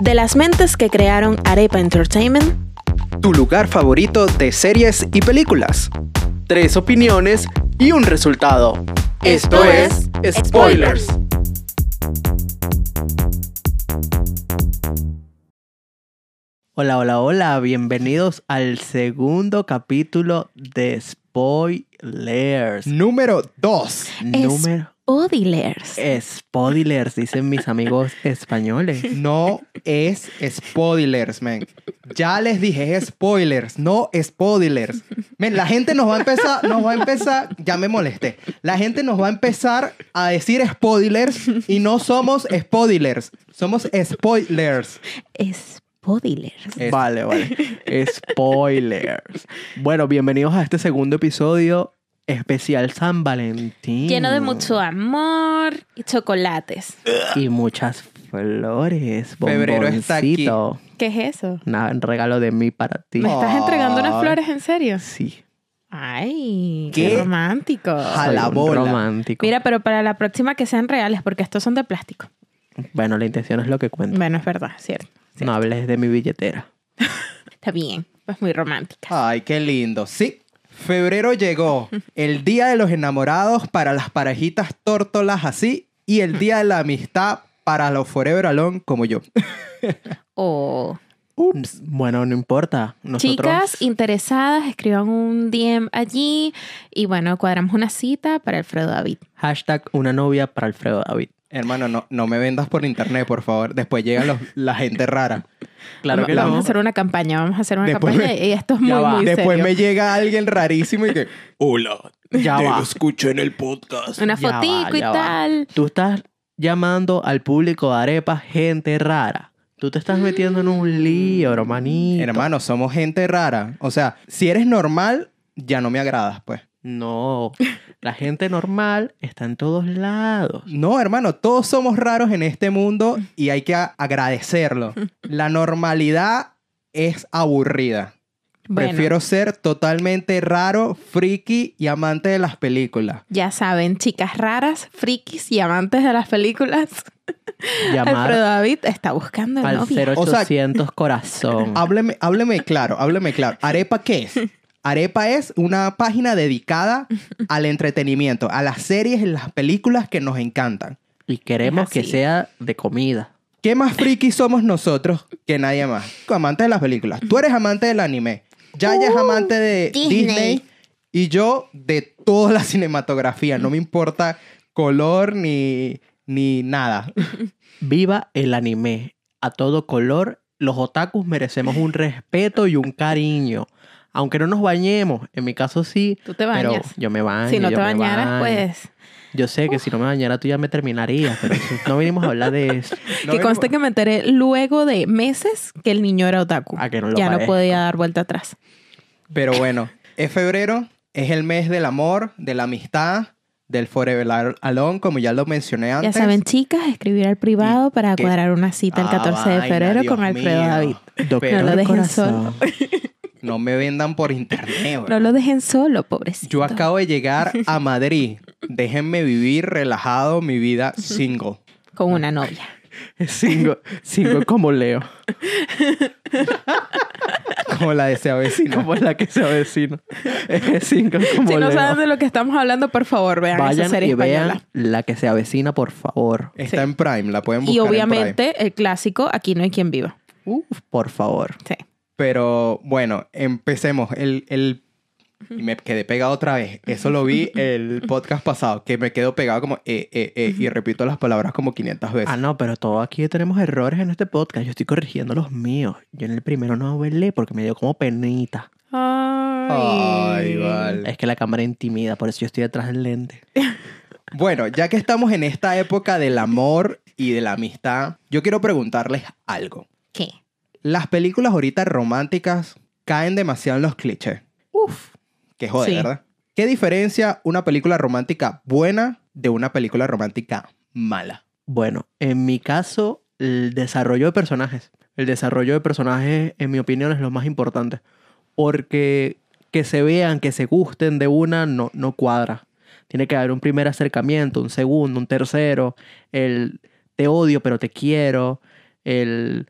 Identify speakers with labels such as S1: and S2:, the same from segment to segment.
S1: De las mentes que crearon Arepa Entertainment,
S2: tu lugar favorito de series y películas. Tres opiniones y un resultado. Esto, es Spoilers. Hola, hola, hola. Bienvenidos al segundo capítulo de Spoilers.
S3: Número 2.
S2: Número.
S1: Odilers.
S2: Spoilers, dicen mis amigos españoles.
S3: No es spoilers, men. Ya les dije es spoilers, no spoilers. Men, la gente nos va a empezar, nos va a empezar, ya me molesté. La gente nos va a empezar a decir spoilers y no somos spoilers, somos spoilers.
S1: Spodilers.
S3: Es-
S2: Vale, vale. Spoilers. Bueno, bienvenidos a este segundo episodio especial San Valentín.
S4: Lleno de mucho amor y chocolates.
S2: Y muchas flores.
S3: Febrero está aquí.
S2: bomboncito.
S4: ¿Qué es eso?
S2: Nada, un regalo de mí para ti.
S4: ¿Me estás entregando unas
S3: Ay.
S4: flores en serio?
S2: Sí.
S4: Ay,
S3: ¿Qué?
S4: qué romántico.
S3: A
S2: soy
S3: la
S2: un
S3: bola.
S2: Romántico.
S4: Mira, pero para la próxima que sean reales, porque estos son de plástico.
S2: Bueno, la intención es lo que cuenta.
S4: Bueno, es verdad, cierto.
S2: No hables de mi billetera.
S4: Está bien, pues muy romántica.
S3: Ay, qué lindo. Sí, febrero llegó. El día de los enamorados para las parejitas tórtolas así y el día de la amistad para los forever alone como yo.
S4: O
S2: Ups. Bueno, no importa. Nosotros...
S4: chicas interesadas, escriban un DM allí y bueno, cuadramos una cita para el Fredo David.
S2: Hashtag una novia para Alfredo David.
S3: Hermano, no, no me vendas por internet, por favor. Después llega los- la gente rara.
S2: Claro
S4: Va-
S2: que
S4: vamos
S2: no.
S4: a hacer una campaña, vamos a hacer una
S3: Después
S4: campaña
S3: me-
S4: y esto es
S2: Ya
S4: muy,
S2: va.
S4: muy
S3: Después
S4: serio.
S3: me llega alguien rarísimo y que, hola,
S2: Ya
S3: te
S2: va.
S3: lo escucho en el podcast.
S4: Una
S2: Ya va,
S4: fotico y
S2: ya va.
S4: tal.
S2: Tú estás llamando al público de arepas gente rara. Tú te estás metiendo en un
S4: Mm,
S2: lío, hermanito.
S3: Hermano, somos gente rara. O sea, si eres normal, ya no me agradas, pues.
S2: No, la gente normal está en todos lados.
S3: No, hermano, todos somos raros en este mundo y hay que a- agradecerlo. La normalidad es aburrida.
S4: Bueno.
S3: Prefiero ser totalmente raro, friki y amante de las películas.
S4: Ya saben, chicas raras, frikis y amantes de las películas. Alfredo
S2: Llamar
S4: David está buscando
S2: al
S4: novia.
S2: 0800
S3: O
S2: corazón.
S4: Ah,
S3: Hábleme, hábleme claro, hábleme claro. ¿Arepa qué es? Arepa es una página dedicada al entretenimiento, a las series y las películas que nos encantan.
S2: Y queremos
S4: Es
S2: que
S4: así.
S2: sea de comida.
S3: ¿Qué más friki somos nosotros que nadie más? Amante de las películas. Tú eres amante del anime. Yaya es amante de Disney.
S4: Disney.
S3: Y yo de toda la cinematografía. No me importa color ni, ni nada.
S2: Viva el anime. A todo color, los otakus merecemos un respeto y un cariño. Aunque no nos bañemos, en mi caso sí,
S4: Tú te
S2: pero
S4: bañas.
S2: yo me baño.
S4: si no te
S2: yo me
S4: bañaras,
S2: baño.
S4: pues.
S2: Yo sé que si no me bañara tú ya me terminarías, pero eso- no vinimos a hablar de eso.
S3: No
S4: que
S3: me-
S4: conste que me enteré luego de meses que el niño era otaku.
S2: A que no lo
S4: ya no
S2: parezco.
S4: podía dar vuelta atrás.
S3: Pero bueno, es febrero, es el mes del amor, de la amistad, del Forever Alone, como ya lo mencioné antes.
S4: Ya saben, chicas, escribir al privado para
S3: qué-
S4: cuadrar una cita el
S3: Ah,
S4: 14 de
S3: vaina,
S4: febrero
S3: Dios
S4: con Alfredo
S3: mío.
S4: David.
S2: Doctor
S4: No lo
S2: de
S4: dejen
S2: corazón.
S3: No me vendan por internet. bro.
S4: No lo dejen solo, pobrecito.
S3: Yo acabo de llegar a Madrid. Déjenme vivir relajado mi vida single.
S4: Con una novia.
S2: Cinco, cinco como Leo,
S3: Como la de se avecina.
S2: como la que se avecina. Es cinco como
S4: Si no
S2: Leo.
S4: saben de lo que estamos hablando, por favor, vean esa
S2: Vayan
S4: serie
S2: y
S4: española.
S2: vean la que se avecina, por favor.
S3: Está
S4: Sí.
S3: en Prime, la pueden buscar.
S4: Y
S3: en Prime.
S4: obviamente el clásico, aquí no hay quien viva.
S2: Uf, por favor.
S4: Sí.
S3: Pero bueno, empecemos. El, el... Y me quedé pegado otra vez. Eso lo vi el podcast pasado, que me quedo pegado como eh, eh, eh, y repito las palabras como 500 veces.
S2: Ah, no, pero todo aquí tenemos errores en este podcast. Yo estoy corrigiendo los míos. Yo en el primero no hablé porque me dio como penita.
S3: Ay, vale.
S2: Es que la cámara intimida, por eso yo estoy detrás del lente.
S3: Bueno, ya que estamos en esta época del amor y de la amistad, yo quiero preguntarles algo.
S4: ¿Qué?
S3: Las películas ahorita románticas caen demasiado en los clichés.
S4: Uf.
S3: Que joder,
S4: Sí.
S3: ¿verdad? ¿Qué diferencia una película romántica buena de una película romántica mala?
S2: Bueno, en mi caso, el desarrollo de personajes. El desarrollo de personajes, en mi opinión, es lo más importante. Porque que se vean, que se gusten de una, no, no cuadra. Tiene que haber un primer acercamiento, un segundo, un tercero, el te odio pero te quiero, el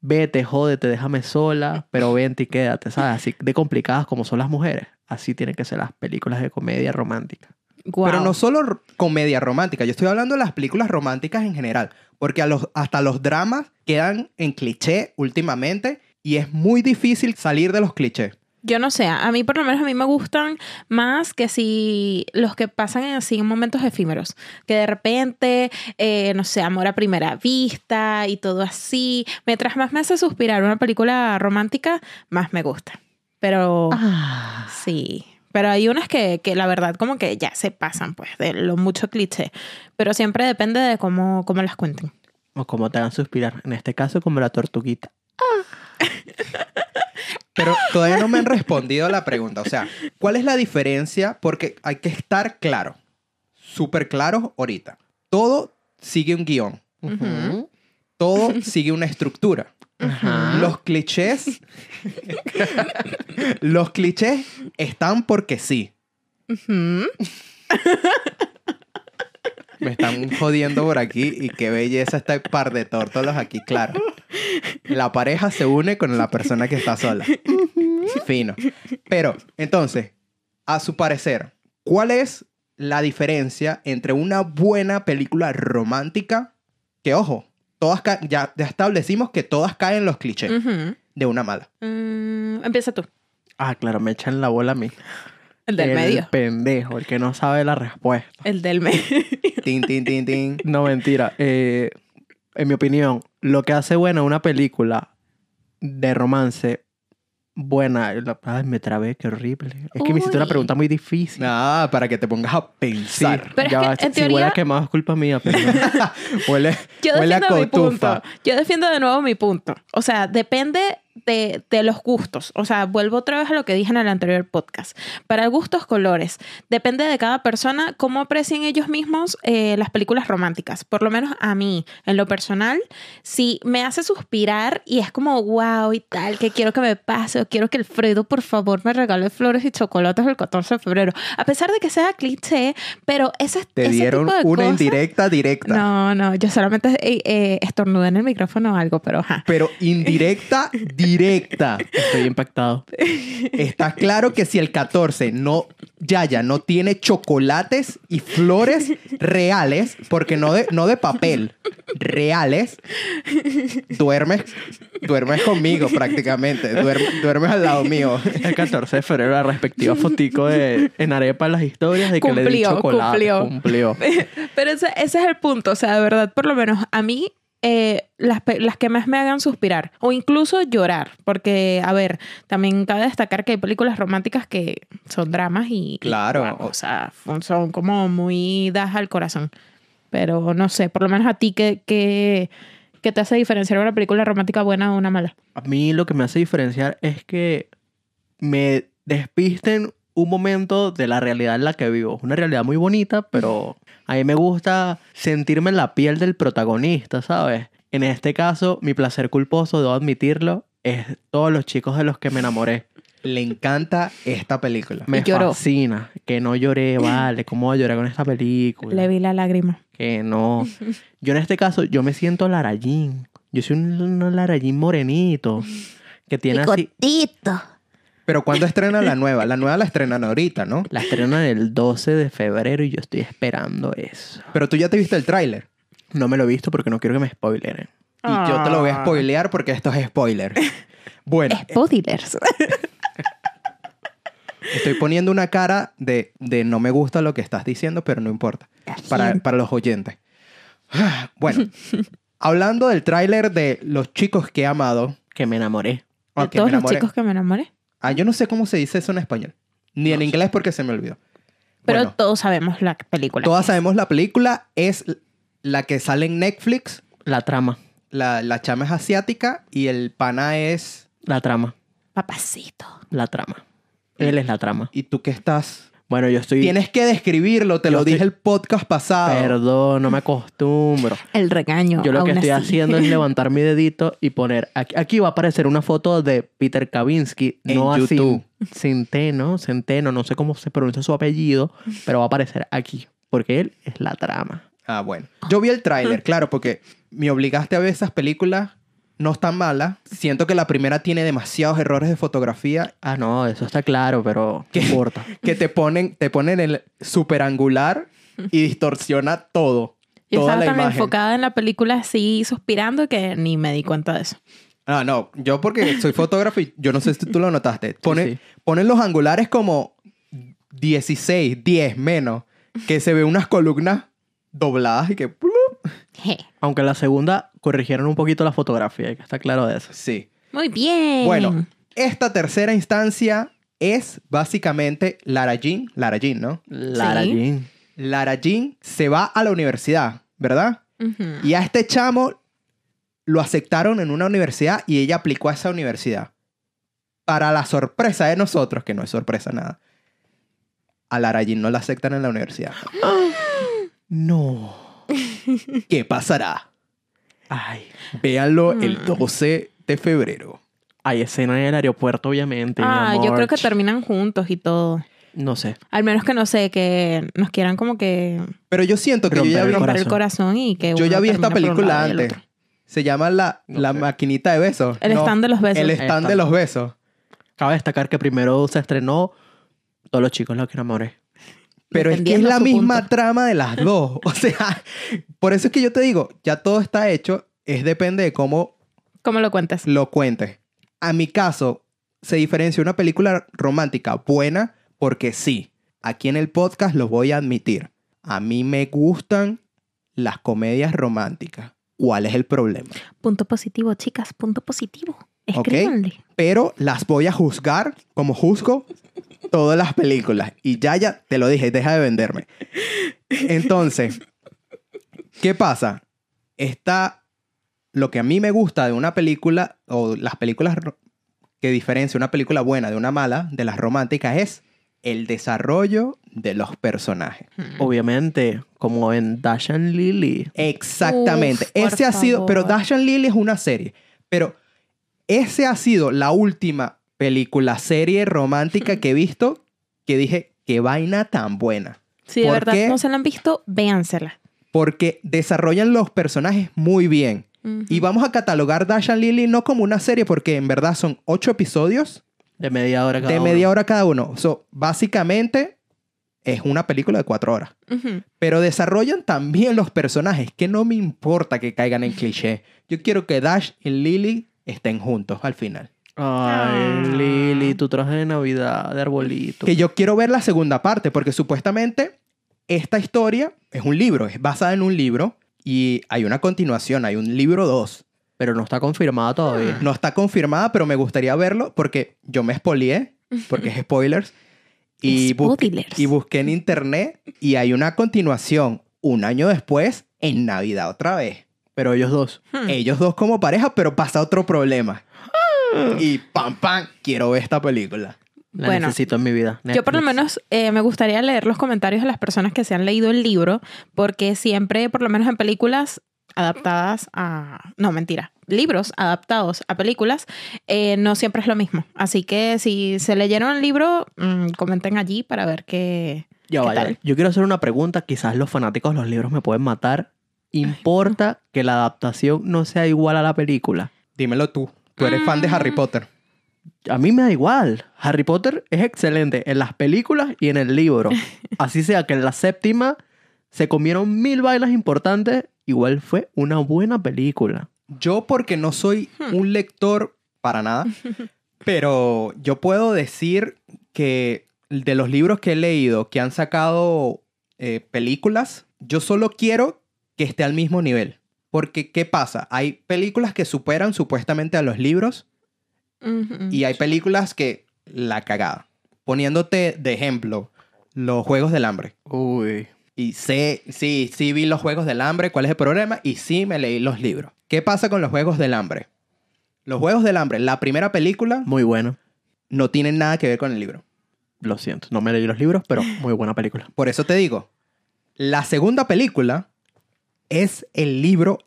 S2: vete, jódete, déjame sola, pero vente y quédate, ¿sabes? Así de complicadas como son las mujeres. Así tienen que ser las películas de comedia romántica.
S4: Guau.
S3: Pero no solo r- comedia romántica, yo estoy hablando de las películas románticas en general, porque a los, hasta los dramas quedan en cliché últimamente y es muy difícil salir de los clichés.
S4: Yo no sé, a mí por lo menos a mí me gustan más que si los que pasan en así en momentos efímeros, que de repente, eh, no sé, amor a primera vista y todo así. Mientras más me hace suspirar una película romántica, más me gusta. Pero
S3: Ah.
S4: sí, pero hay unas que, que la verdad como que ya se pasan pues de lo mucho cliché, pero siempre depende de cómo, cómo las cuenten.
S2: O como te hagan suspirar. En este caso, como la tortuguita.
S3: Pero todavía no me han respondido a la pregunta. O sea, ¿cuál es la diferencia? Porque hay que estar claro, súper claros ahorita. Todo sigue un guión,
S4: Ujú.
S3: todo sigue una estructura.
S2: Ajá.
S3: Los clichés. los clichés están porque sí.
S4: Ujú.
S3: Me están jodiendo por aquí y qué belleza este par de tórtolos aquí, claro. La pareja se une con la persona que está sola. Fino. Pero, entonces, a su parecer, ¿cuál es la diferencia entre una buena película romántica que, ojo, todas ca- ya, ya establecimos que todas caen en los clichés
S4: Ujú.
S3: de una mala?
S4: Mm, empieza tú,
S2: Ah, claro, me echan la bola a mí.
S4: el del medio.
S2: pendejo, el que no sabe la respuesta.
S4: El del medio.
S3: Tin, tin, tin, tin.
S2: No, mentira. Eh, en mi opinión, lo que hace buena una película de romance buena. la- Ay, me trabé, qué horrible. Es que me hiciste una
S4: Uy.
S2: pregunta muy difícil.
S3: Nada, Ah, para que te pongas a
S2: Sí,
S3: pensar.
S4: Pero es
S2: ya
S4: que,
S2: va,
S4: en
S2: si- si
S4: teoría-
S2: hubiera quemado es culpa mía, pero
S3: Huele,
S4: Yo
S3: huele a
S4: defiendo mi
S3: cotufa.
S4: punto. Yo defiendo de nuevo mi punto. O sea, depende de, de los gustos. O sea, vuelvo otra vez a lo que dije en el anterior podcast. Para gustos, colores. Depende de cada persona cómo aprecien ellos mismos eh, las películas románticas. Por lo menos a mí, en lo personal, si me hace suspirar y es como wow y tal, que quiero que me pase, o quiero que el Fredo por favor me regale flores y chocolates el 14 de febrero. A pesar de que sea cliché, pero ese,
S3: Te
S4: ese
S3: dieron
S4: tipo de
S3: una
S4: cosas-
S3: indirecta directa.
S4: no, no, yo solamente eh, eh, estornudé en el micrófono o algo, pero ajá.
S3: Pero indirecta, directa.
S2: estoy impactado.
S3: Está claro que si el 14 no, Yaya, no tiene chocolates y flores reales, porque no de, no de papel, reales, duermes, duermes conmigo prácticamente. Duerm- duermes al lado mío.
S2: El 14 de febrero, la respectiva fotico de, en Arepa en las historias de que le di
S4: Cumplió,
S2: chocolate.
S4: cumplió.
S2: Cumplió.
S4: Pero ese, ese es el punto, o sea, de verdad, por lo menos a mí, eh, las, pe- las que más me hagan suspirar o incluso llorar, porque, a ver, también cabe destacar que hay películas románticas que son dramas y, y,
S3: Claro.
S4: bueno, o sea, fun- son como muy das al corazón. Pero no sé, por lo menos a ti, ¿qué, qué, qué te hace diferenciar una película romántica buena o una mala?
S2: A mí lo que me hace diferenciar es que me despisten un momento de la realidad en la que vivo. Es una realidad muy bonita, pero a mí me gusta sentirme en la piel del protagonista, ¿sabes? En este caso, mi placer culposo, debo admitirlo, es todos los chicos de los que me enamoré.
S3: Le encanta esta película.
S2: Me
S4: Y lloró.
S2: fascina. Que no lloré, vale. ¿Cómo voy a llorar con esta película?
S4: Le vi la lágrima.
S2: Que no. Yo en este caso, yo me siento larallín. Yo soy un, un larallín morenito. Que tiene así...
S1: Picotito.
S3: Pero ¿cuándo estrena la nueva? La nueva la estrenan ahorita, ¿no?
S2: La estrenan el 12 de febrero y yo estoy esperando eso.
S3: Pero tú ya te viste el tráiler.
S2: No me lo he visto porque no quiero que me spoileren.
S3: Y yo te lo voy a
S4: Ah.
S3: spoilear porque esto es spoiler. Bueno,
S4: Spoilers.
S3: estoy poniendo una cara de, de no me gusta lo que estás diciendo, pero no importa. Para, para los oyentes. Bueno, hablando del tráiler de Los chicos que he amado.
S2: Que me enamoré.
S4: De
S3: Ok,
S4: todos
S3: me
S4: los
S3: enamoré.
S4: chicos que me enamoré.
S3: Ah, yo no sé cómo se dice eso en español. Ni en inglés porque se me olvidó.
S4: Pero
S3: Bueno,
S4: todos sabemos la película.
S3: todas sabemos la película. Es la que sale en Netflix.
S2: La trama.
S3: La, la chama es asiática y el pana es...
S2: La trama.
S4: Papacito.
S2: La trama. Él es la trama.
S3: ¿Y tú qué estás?
S2: Bueno, yo estoy...
S3: Tienes que describirlo, te
S2: Yo
S3: lo
S2: estoy-
S3: dije el podcast pasado.
S2: Perdón, no me acostumbro.
S4: El regaño.
S2: Yo lo que
S4: aún
S2: estoy
S4: así.
S2: haciendo es levantar mi dedito y poner... Aquí, aquí va a aparecer una foto de Peter Kavinsky.
S3: En
S2: no así.
S3: YouTube.
S2: Centeno, Centeno, no sé cómo se pronuncia su apellido, pero va a aparecer aquí. Porque él es la trama.
S3: Ah, bueno. Yo vi el tráiler, claro, porque me obligaste a ver esas películas no es tan mala. Siento que la primera tiene demasiados errores de fotografía
S2: Ah, no, eso está claro, pero ¿qué
S3: ¿Qué?
S2: importa?
S3: que te ponen, te ponen el superangular y distorsiona todo.
S4: Yo
S3: toda la
S4: estaba tan
S3: imagen.
S4: enfocada en la película así suspirando que ni me di cuenta de eso.
S3: Ah, no, yo porque soy fotógrafo y yo no sé si tú lo notaste. Pone,
S2: sí.
S3: Ponen los angulares como 16, 10 menos, que se ve unas columnas dobladas y que... ¡plup!
S4: Je.
S2: Aunque en la segunda corrigieron un poquito la fotografía, hay que está claro de eso.
S3: Sí.
S4: Muy bien.
S3: Bueno, esta tercera instancia es básicamente Lara Jean, Lara Jean, ¿no?
S2: Lara
S4: Sí.
S2: Jean.
S3: Lara Jean se va a la universidad, ¿verdad?
S4: Ujú.
S3: Y a este chamo lo aceptaron en una universidad y ella aplicó a esa universidad. Para la sorpresa de nosotros, que no es sorpresa nada, a Lara Jean no la aceptan en la universidad.
S2: No.
S3: ¿Qué pasará?
S2: Ay.
S3: Véanlo el
S4: Mm.
S3: 12 de febrero.
S2: Hay escena en el aeropuerto, obviamente. mi
S4: Ah, yo
S2: amor.
S4: creo que terminan juntos y todo.
S2: No sé.
S4: Al menos que no sé, que nos quieran como que
S3: Pero yo siento que yo
S2: Romper
S3: ya
S2: el
S3: vi,
S2: corazón.
S4: romper el corazón y que.
S3: yo
S4: uno
S3: ya vi esta
S4: termina por un
S3: película
S4: lado y el
S3: antes.
S4: otro.
S3: Se llama La,
S2: No
S3: la
S2: sé.
S3: Maquinita de Besos.
S4: El
S3: No,
S4: stand de los besos.
S3: El stand de los besos.
S2: Cabe destacar que primero se estrenó Todos los chicos los que enamoré.
S3: Pero es que es
S4: Entendiendo
S3: la
S4: su
S3: misma
S4: punto.
S3: trama de las dos. O sea, por eso es que yo te digo, ya todo está hecho. Es depende de cómo
S4: ¿Cómo lo cuentas?
S3: lo cuentes. A mi caso, se diferencia una película romántica buena porque sí, aquí en el podcast los voy a admitir. A mí me gustan las comedias románticas. ¿Cuál es el problema?
S1: Punto positivo, chicas, punto positivo.
S3: Ok.
S1: Escríbanle.
S3: Pero las voy a juzgar como juzgo todas las películas. Y ya, ya, te lo dije, deja de venderme. Entonces, ¿qué pasa? Está lo que a mí me gusta de una película, o las películas ro- que diferencia una película buena de una mala, de las románticas, es el desarrollo de los personajes.
S2: Obviamente, como en Dash and Lily.
S3: Exactamente.
S4: Uf, por
S3: ese ha sido, pero
S4: favor.
S3: Dash and Lily es una serie, pero ese ha sido la última película, serie romántica que he visto que dije, qué vaina tan buena.
S4: Si de
S3: ¿Por
S4: verdad
S3: qué?
S4: no se la han visto, véansela.
S3: Porque desarrollan los personajes muy bien. Y vamos a catalogar Dash and Lily no como una serie, porque en verdad son ocho episodios
S2: De media hora cada
S3: de
S2: uno.
S3: media hora cada uno. So, básicamente es una película de cuatro horas.
S4: Ujú.
S3: Pero desarrollan también los personajes, que no me importa que caigan en cliché. Yo quiero que Dash y Lily estén juntos al final.
S2: Ay,
S4: Ah.
S2: Lily, tu traje de Navidad, de arbolito.
S3: Que yo quiero ver la segunda parte, porque supuestamente esta historia es un libro, es basada en un libro y hay una continuación, hay un libro 2.
S2: Pero no está confirmada todavía.
S3: No está confirmada, pero me gustaría verlo porque yo me espolié, porque es spoilers. Y, busqué-
S1: Spoilers.
S3: y busqué en internet y hay una continuación un año después en Navidad otra vez.
S2: Pero ellos dos.
S4: Hmm.
S3: ellos dos como pareja, pero pasa otro problema. Y pam, pam, quiero ver esta película.
S2: La
S4: Bueno,
S2: necesito en mi vida.
S4: Yo por lo
S2: Netflix.
S4: menos eh, me gustaría leer los comentarios de las personas que se han leído el libro, porque siempre, por lo menos en películas adaptadas a... No, mentira. Libros adaptados a películas, eh, no siempre es lo mismo. Así que si se leyeron el libro, mm, comenten allí para ver qué...
S2: Ya
S4: ¿Qué
S2: vaya.
S4: tal?
S2: Yo quiero hacer una pregunta. Quizás los fanáticos de los libros me pueden matar. ¿Importa que la adaptación no sea igual a la película?
S3: Dímelo tú. Tú eres fan de Harry Potter.
S2: A mí me da igual. Harry Potter es excelente en las películas y en el libro. Así sea que en la séptima se comieron mil bailas importantes, igual fue una buena película.
S3: Yo porque no soy un lector para nada, pero yo puedo decir que de los libros que he leído que han sacado eh, películas, yo solo quiero que esté al mismo nivel. Porque, ¿qué pasa? Hay películas que superan supuestamente a los libros,
S4: Ujú.
S3: Y hay películas que la cagada. Poniéndote de ejemplo, los Juegos del Hambre.
S2: Uy.
S3: Y sé, sí, sí vi los Juegos del Hambre, cuál es el problema, y sí me leí los libros. ¿Qué pasa con los Juegos del Hambre? Los Juegos del Hambre, la primera película,
S2: Muy buena.
S3: no tienen nada que ver con el libro.
S2: Lo siento. No me leí los libros, pero muy buena película.
S3: Por eso te digo, la segunda película es el libro,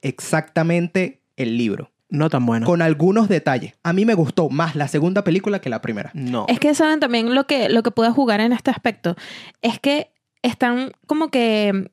S3: exactamente el libro,
S2: No tan buena.
S3: con algunos detalles. A mí me gustó más la segunda película que la primera.
S2: No.
S4: Es que saben también lo que, lo que puede jugar en este aspecto. Es que están como que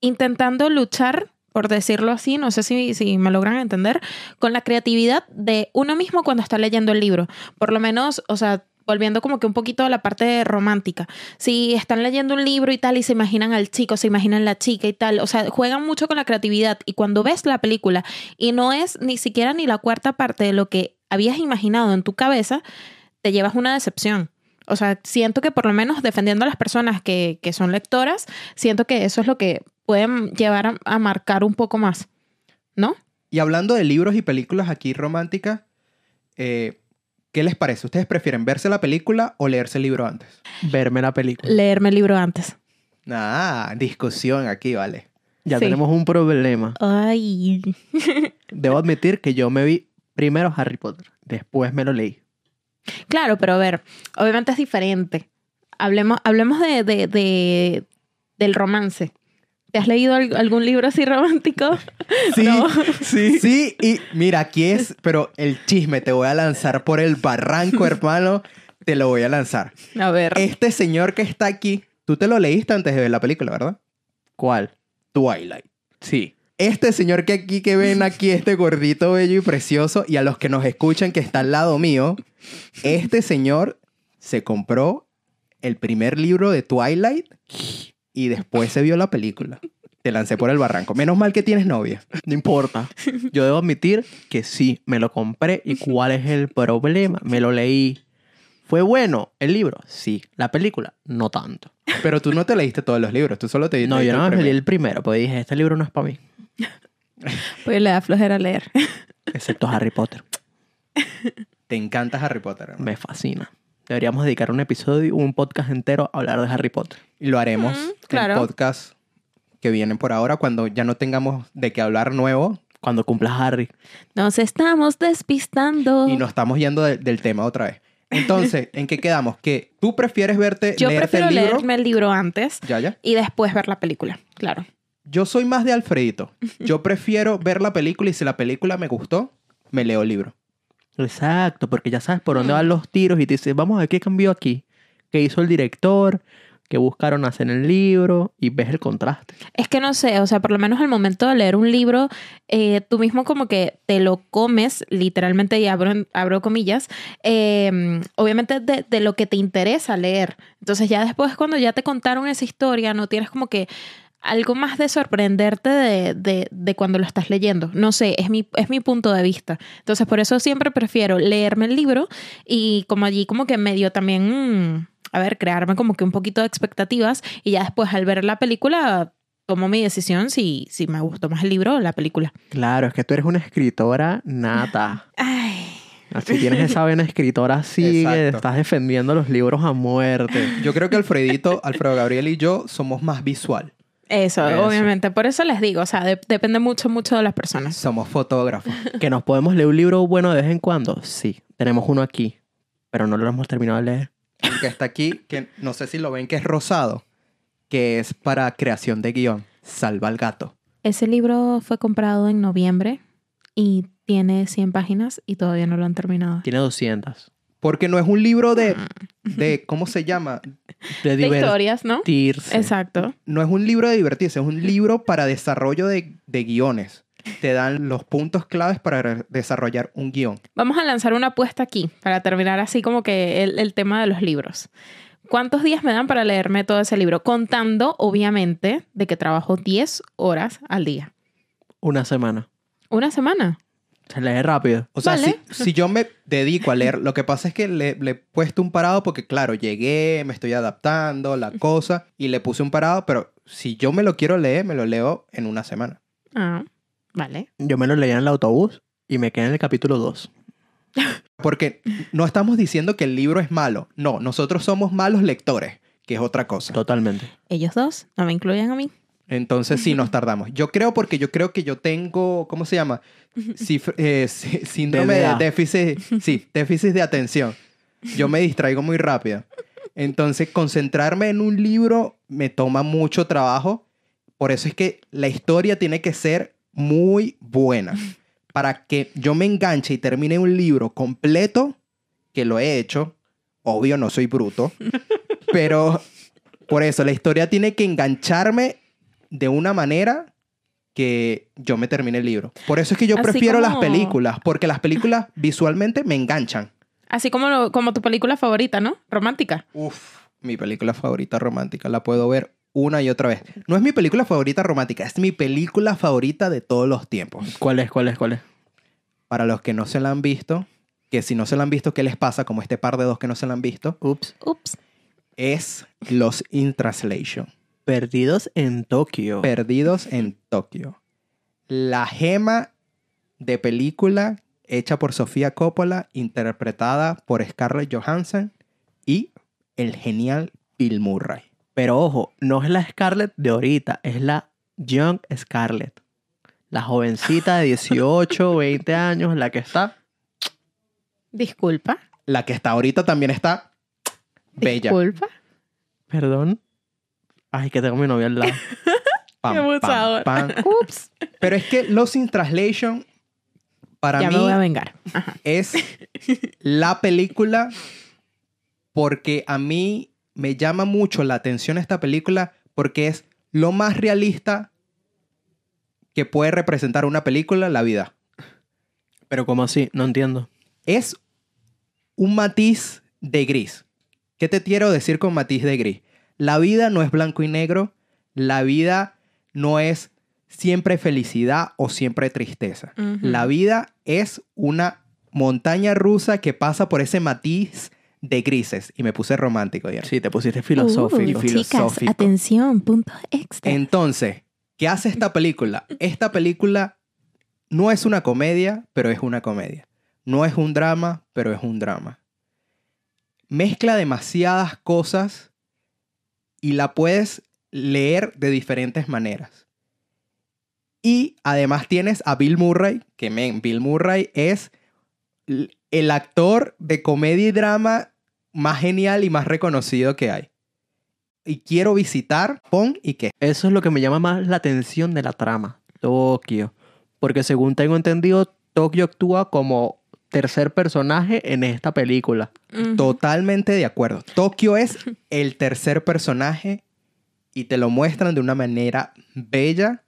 S4: intentando luchar por decirlo así, no sé si, si me logran entender, con la creatividad de uno mismo cuando está leyendo el libro. Por lo menos, o sea, volviendo como que un poquito a la parte romántica. Si están leyendo un libro y tal y se imaginan al chico, se imaginan la chica y tal, o sea, juegan mucho con la creatividad y cuando ves la película y no es ni siquiera ni la cuarta parte de lo que habías imaginado en tu cabeza, te llevas una decepción. O sea, siento que por lo menos defendiendo a las personas que, que son lectoras, siento que eso es lo que pueden llevar a, a marcar un poco más. ¿No?
S3: Y hablando de libros y películas aquí románticas, eh, ¿qué les parece? ¿Ustedes prefieren verse la película o leerse el libro antes?
S2: Verme la película.
S4: Leerme el libro antes.
S3: Ah, discusión aquí, vale.
S2: Ya
S4: Sí.
S2: tenemos un problema.
S4: Ay.
S2: Debo admitir que yo me vi primero Harry Potter, después me lo leí.
S4: Claro, pero a ver, obviamente es diferente. Hablemos, hablemos de, de- de- del romance. ¿Te has leído al- algún libro así romántico?
S3: Sí,
S4: No.
S3: sí. Sí, y mira, aquí es, pero el chisme te voy a lanzar por el barranco, hermano. Te lo voy a lanzar.
S4: A ver.
S3: Este señor que está aquí, tú te lo leíste antes de ver la película, ¿verdad?
S2: ¿Cuál?
S3: Twilight.
S2: Sí.
S3: Este señor que aquí que ven aquí, este gordito, bello y precioso, y a los que nos escuchan que está al lado mío, este señor se compró el primer libro de Twilight y después se vio la película. Te lancé por el barranco. Menos mal que tienes novia.
S2: No importa. Yo debo admitir que sí, me lo compré. ¿Y cuál es el problema? Me lo leí. ¿Fue bueno el libro? Sí. ¿La película? No tanto.
S3: Pero tú no te leíste todos los libros, tú solo te
S2: No,
S3: leíste
S2: yo
S3: el
S2: no me leí
S3: primero.
S2: el primero, porque dije, este libro no es para mí.
S4: Pues le da flojera leer.
S2: Excepto Harry Potter.
S3: Te encanta Harry Potter. hermano.
S2: Me fascina. Deberíamos dedicar un episodio, un podcast entero a hablar de Harry Potter.
S3: Y lo haremos
S4: Ujú, claro.
S3: en podcast que vienen por ahora cuando ya no tengamos de qué hablar nuevo
S2: Cuando cumpla Harry.
S4: Nos estamos despistando.
S3: y nos estamos yendo de- del tema otra vez. Entonces, ¿en qué quedamos? Que tú prefieres verte
S4: Yo
S3: leerte
S4: prefiero
S3: el libro.
S4: leerme el libro antes
S3: Ya, ya.
S4: y después ver la película. Claro.
S3: Yo soy más de Alfredito. Yo prefiero ver la película y si la película me gustó, me leo el libro.
S2: Exacto, porque ya sabes por dónde van los tiros y te dices, vamos a ver qué cambió aquí. ¿Qué hizo el director? ¿Qué buscaron hacer en el libro? Y ves el contraste.
S4: Es que no sé, o sea, por lo menos al momento de leer un libro, eh, tú mismo como que te lo comes, literalmente, y abro, abro comillas, eh, obviamente de, de lo que te interesa leer. Entonces ya después cuando ya te contaron esa historia, no tienes como que algo más de sorprenderte de, de- de cuando lo estás leyendo. No sé, es mi, es mi punto de vista. Entonces por eso siempre prefiero leerme el libro y como allí como que medio también... mm, a ver, crearme como que un poquito de expectativas y ya después al ver la película tomo mi decisión si, si me gustó más el libro o la película.
S2: Claro, es que tú eres una escritora nata.
S4: Ay.
S2: Así tienes esa vena escritora así que
S3: Exacto.
S2: estás defendiendo los libros a muerte.
S3: Yo creo que Alfredito, Alfredo Gabriel y yo somos más visual.
S4: Eso,
S3: Eso.
S4: obviamente. Por eso les digo, o sea, de- depende mucho, mucho de las personas.
S3: Somos fotógrafos.
S2: ¿Que nos podemos leer un libro bueno de vez en cuando? Sí, tenemos uno aquí, pero no lo hemos terminado de leer.
S3: El que está aquí, que no sé si lo ven, que es rosado, que es para creación de guión. Salva al gato.
S4: Ese libro fue comprado en noviembre y tiene 100 páginas y todavía no lo han terminado.
S2: Tiene 200.
S3: Porque no es un libro de, de ¿cómo se llama?
S2: De
S4: De
S2: divertirse.
S4: historias, ¿no? Exacto.
S3: No es un libro de divertirse, es un libro para desarrollo de, de guiones. Te dan los puntos claves para re- desarrollar un guión.
S4: Vamos a lanzar una apuesta aquí para terminar así como que el, el tema de los libros. ¿Cuántos días me dan para leerme todo ese libro? Contando, obviamente, de que trabajo 10 horas al día.
S2: Una semana.
S4: Una semana.
S2: Se lee rápido.
S3: O sea,
S4: Vale.
S3: si, si yo me dedico a leer, lo que pasa es que le, le he puesto un parado porque, claro, llegué, me estoy adaptando, la cosa, y le puse un parado, pero si yo me lo quiero leer, me lo leo en una semana.
S4: Ah, vale.
S2: Yo me lo leía en el autobús y me quedé en el capítulo 2.
S3: Porque no estamos diciendo que el libro es malo, no, nosotros somos malos lectores, que es otra cosa.
S2: Totalmente.
S4: Ellos dos, no me incluyen a mí.
S3: Entonces sí nos tardamos. Yo creo porque yo creo que yo tengo, ¿cómo se llama? Cif- eh, sí- síndrome
S2: TDA.
S3: de déficit, sí, déficit de atención. Yo me distraigo muy rápido. Entonces concentrarme en un libro me toma mucho trabajo. Por eso es que la historia tiene que ser muy buena. Para que yo me enganche y termine un libro completo, que lo he hecho, obvio no soy bruto, pero por eso la historia tiene que engancharme de una manera que yo me termine el libro. Por eso es que yo
S4: Así
S3: prefiero las
S4: como-
S3: películas, porque las películas visualmente me enganchan.
S4: Así como, lo- como tu película favorita, ¿no? Romántica.
S3: Uf, mi película favorita romántica. La puedo ver una y otra vez. No es mi película favorita romántica, es mi película favorita de todos los tiempos.
S2: ¿Cuál es? ¿Cuál es? ¿Cuál es?
S3: Para los que no se la han visto, que si no se la han visto, ¿qué les pasa? Como este par de dos que no se la han visto,
S2: Ups.
S1: Ups.
S3: es Los In Translation.
S2: Perdidos en Tokio.
S3: Perdidos en Tokio. La gema de película hecha por Sofía Coppola, interpretada por Scarlett Johansson y el genial Bill Murray.
S2: Pero ojo, no es la Scarlett de ahorita, es la Young Scarlett. La jovencita de 18, 20 años, la que está.
S4: Disculpa.
S3: La que está ahorita también está bella.
S4: Disculpa.
S2: Perdón. Ay, que tengo a mi novia al lado.
S3: Pam, pam,
S4: Qué abusador.
S3: pam.
S4: Ups.
S3: Pero es que Los in Translation para
S4: ya
S3: mí
S4: me voy a vengar.
S3: es la película porque a mí me llama mucho la atención esta película porque es lo más realista que puede representar una película la vida.
S2: Pero ¿cómo así? No entiendo.
S3: Es un matiz de gris. ¿Qué te quiero decir con matiz de gris? La vida no es blanco y negro, la vida no es siempre felicidad o siempre tristeza.
S4: Ujú.
S3: La vida es una montaña rusa que pasa por ese matiz de grises. Y me puse romántico, Diana.
S2: Sí, te pusiste
S1: Uh,
S2: filosófico.
S1: chicas,
S3: filosófico.
S1: atención, puntos extra.
S3: Entonces, ¿qué hace esta película? Esta película no es una comedia, pero es una comedia. No es un drama, pero es un drama. Mezcla demasiadas cosas y la puedes leer de diferentes maneras. Y además tienes a Bill Murray, que men, Bill Murray es l- el actor de comedia y drama más genial y más reconocido que hay. Y quiero visitar Pon y que
S2: Eso es lo que me llama más la atención de la trama. Tokio. Porque según tengo entendido, Tokio actúa como tercer personaje en esta película.
S4: Ujú.
S3: Totalmente de acuerdo. Tokio es el tercer personaje y te lo muestran de una manera bella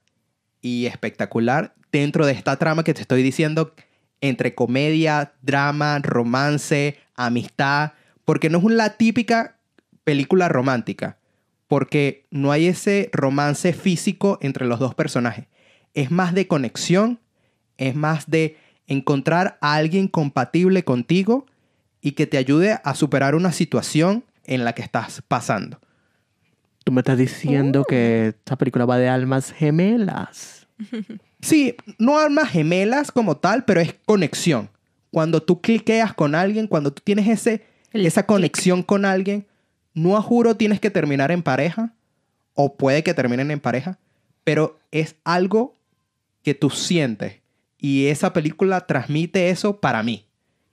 S3: y espectacular dentro de esta trama que te estoy diciendo entre comedia, drama, romance, amistad, porque no es la típica película romántica, porque no hay ese romance físico entre los dos personajes. Es más de conexión, es más de encontrar a alguien compatible contigo y que te ayude a superar una situación en la que estás pasando.
S2: Tú me estás diciendo que esta película va de almas gemelas.
S3: Sí, no almas gemelas como tal, pero es conexión. Cuando tú cliqueas con alguien, cuando tú tienes ese,
S4: El
S3: esa
S4: click.
S3: conexión con alguien, no a juro tienes que terminar en pareja, o puede que terminen en pareja, pero es algo que tú sientes. Y esa película transmite eso para mí.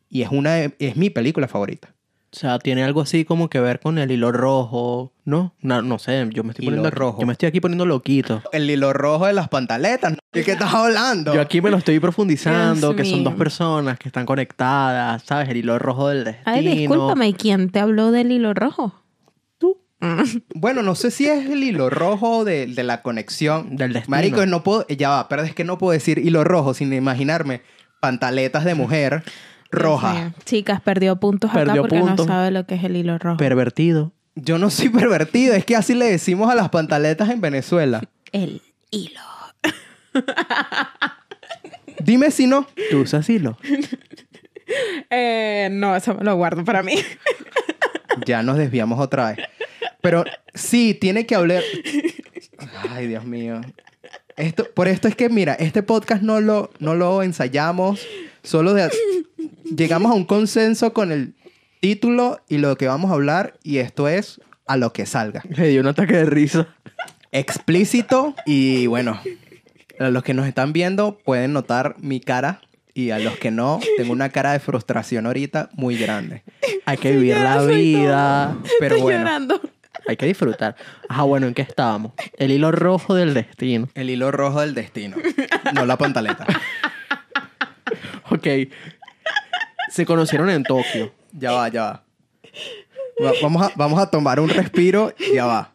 S3: Y es, una, de- es mi película favorita.
S2: O sea, tiene algo así como que ver con el hilo rojo, ¿no? No, no sé, yo me estoy
S3: Hilo
S2: poniendo aquí-
S3: rojo.
S2: Yo me estoy aquí poniendo loquito.
S3: El hilo rojo de las pantaletas. ¿no? ¿De qué estás hablando?
S2: Yo aquí me lo estoy profundizando,
S4: Dios
S2: que son
S4: mío.
S2: dos personas que están conectadas, ¿sabes? El hilo rojo del destino.
S4: Ay, discúlpame, ¿quién te habló del hilo rojo?
S2: Tú.
S3: Bueno, no sé si es el hilo rojo de, de la conexión.
S2: Del destino.
S3: Marico, no puedo, eh, ya va, pero es que no puedo decir hilo rojo sin imaginarme pantaletas de mujer roja.
S4: Dios mío. Chicas, perdió puntos acá
S2: Perdió
S4: porque
S2: puntos.
S4: no sabe lo que es el hilo rojo.
S2: Pervertido.
S3: Yo no soy pervertido, es que así le decimos a las pantaletas en Venezuela.
S4: el hilo.
S3: Dime si no.
S2: Tú usas hilo.
S4: Eh, no, eso me lo guardo para mí.
S3: Ya nos desviamos otra vez. Pero sí, tiene que hablar. Ay, Dios mío. Esto, por esto es que, mira, este podcast no lo, no lo ensayamos. Solo de- llegamos a un consenso con el título y lo que vamos a hablar. Y esto es a lo que salga.
S2: Le dio un ataque de risa.
S3: Explícito. Y bueno, a los que nos están viendo pueden notar mi cara. Y a los que no, tengo una cara de frustración ahorita muy grande.
S2: Hay que vivir la vida.
S3: Pero
S4: Estoy
S3: bueno.
S4: llorando.
S2: Hay que disfrutar. Ajá, bueno, ¿en qué estábamos? El hilo rojo del destino.
S3: El hilo rojo del destino. No la pantaleta.
S2: Ok. Se conocieron en Tokio.
S3: Ya va, ya va. Va- vamos, a, vamos a tomar un respiro. Ya va.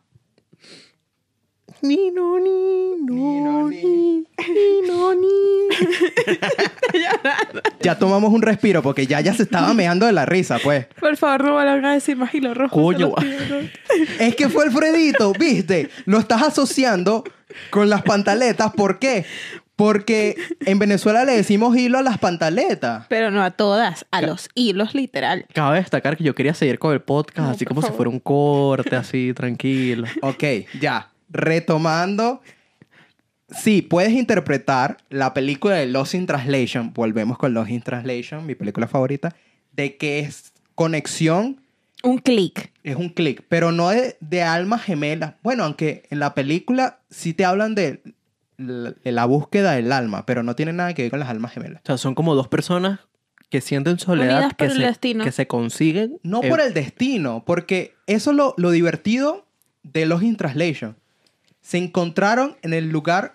S2: Ni, no, ni,
S3: Ni,
S2: no,
S3: no,
S2: ni,
S3: ni.
S2: ni, no, ni.
S3: Ya tomamos un respiro porque ya ya se estaba meando de la risa, pues.
S4: Por favor, no me lo hagas decir más hilo rojo.
S2: Coño.
S4: se los pido.
S3: Es que fue Alfredito, ¿viste? Lo estás asociando con las pantaletas. ¿Por qué? Porque en Venezuela le decimos hilo a las pantaletas.
S4: Pero no a todas, a los hilos literal.
S2: Cabe destacar que yo quería seguir con el podcast,
S4: No,
S2: así
S4: por
S2: como si
S4: favor.
S2: fuera un corte, así, tranquilo.
S3: Ok, ya. Retomando. Sí, puedes interpretar la película de Lost in Translation. Volvemos con Lost in Translation, mi película favorita. De que es conexión,
S4: Un clic.
S3: es un clic, pero no de, de almas gemelas. Bueno, aunque en la película sí te hablan de la, de la búsqueda del alma, pero no tiene nada que ver con las almas gemelas.
S2: O sea, son como dos personas que sienten soledad,
S4: Unidas por
S2: que
S4: el
S2: se,
S4: destino.
S2: que se consiguen.
S3: No
S2: eh,
S3: por el destino, porque eso es lo, lo divertido de los In Translation. Se encontraron en el lugar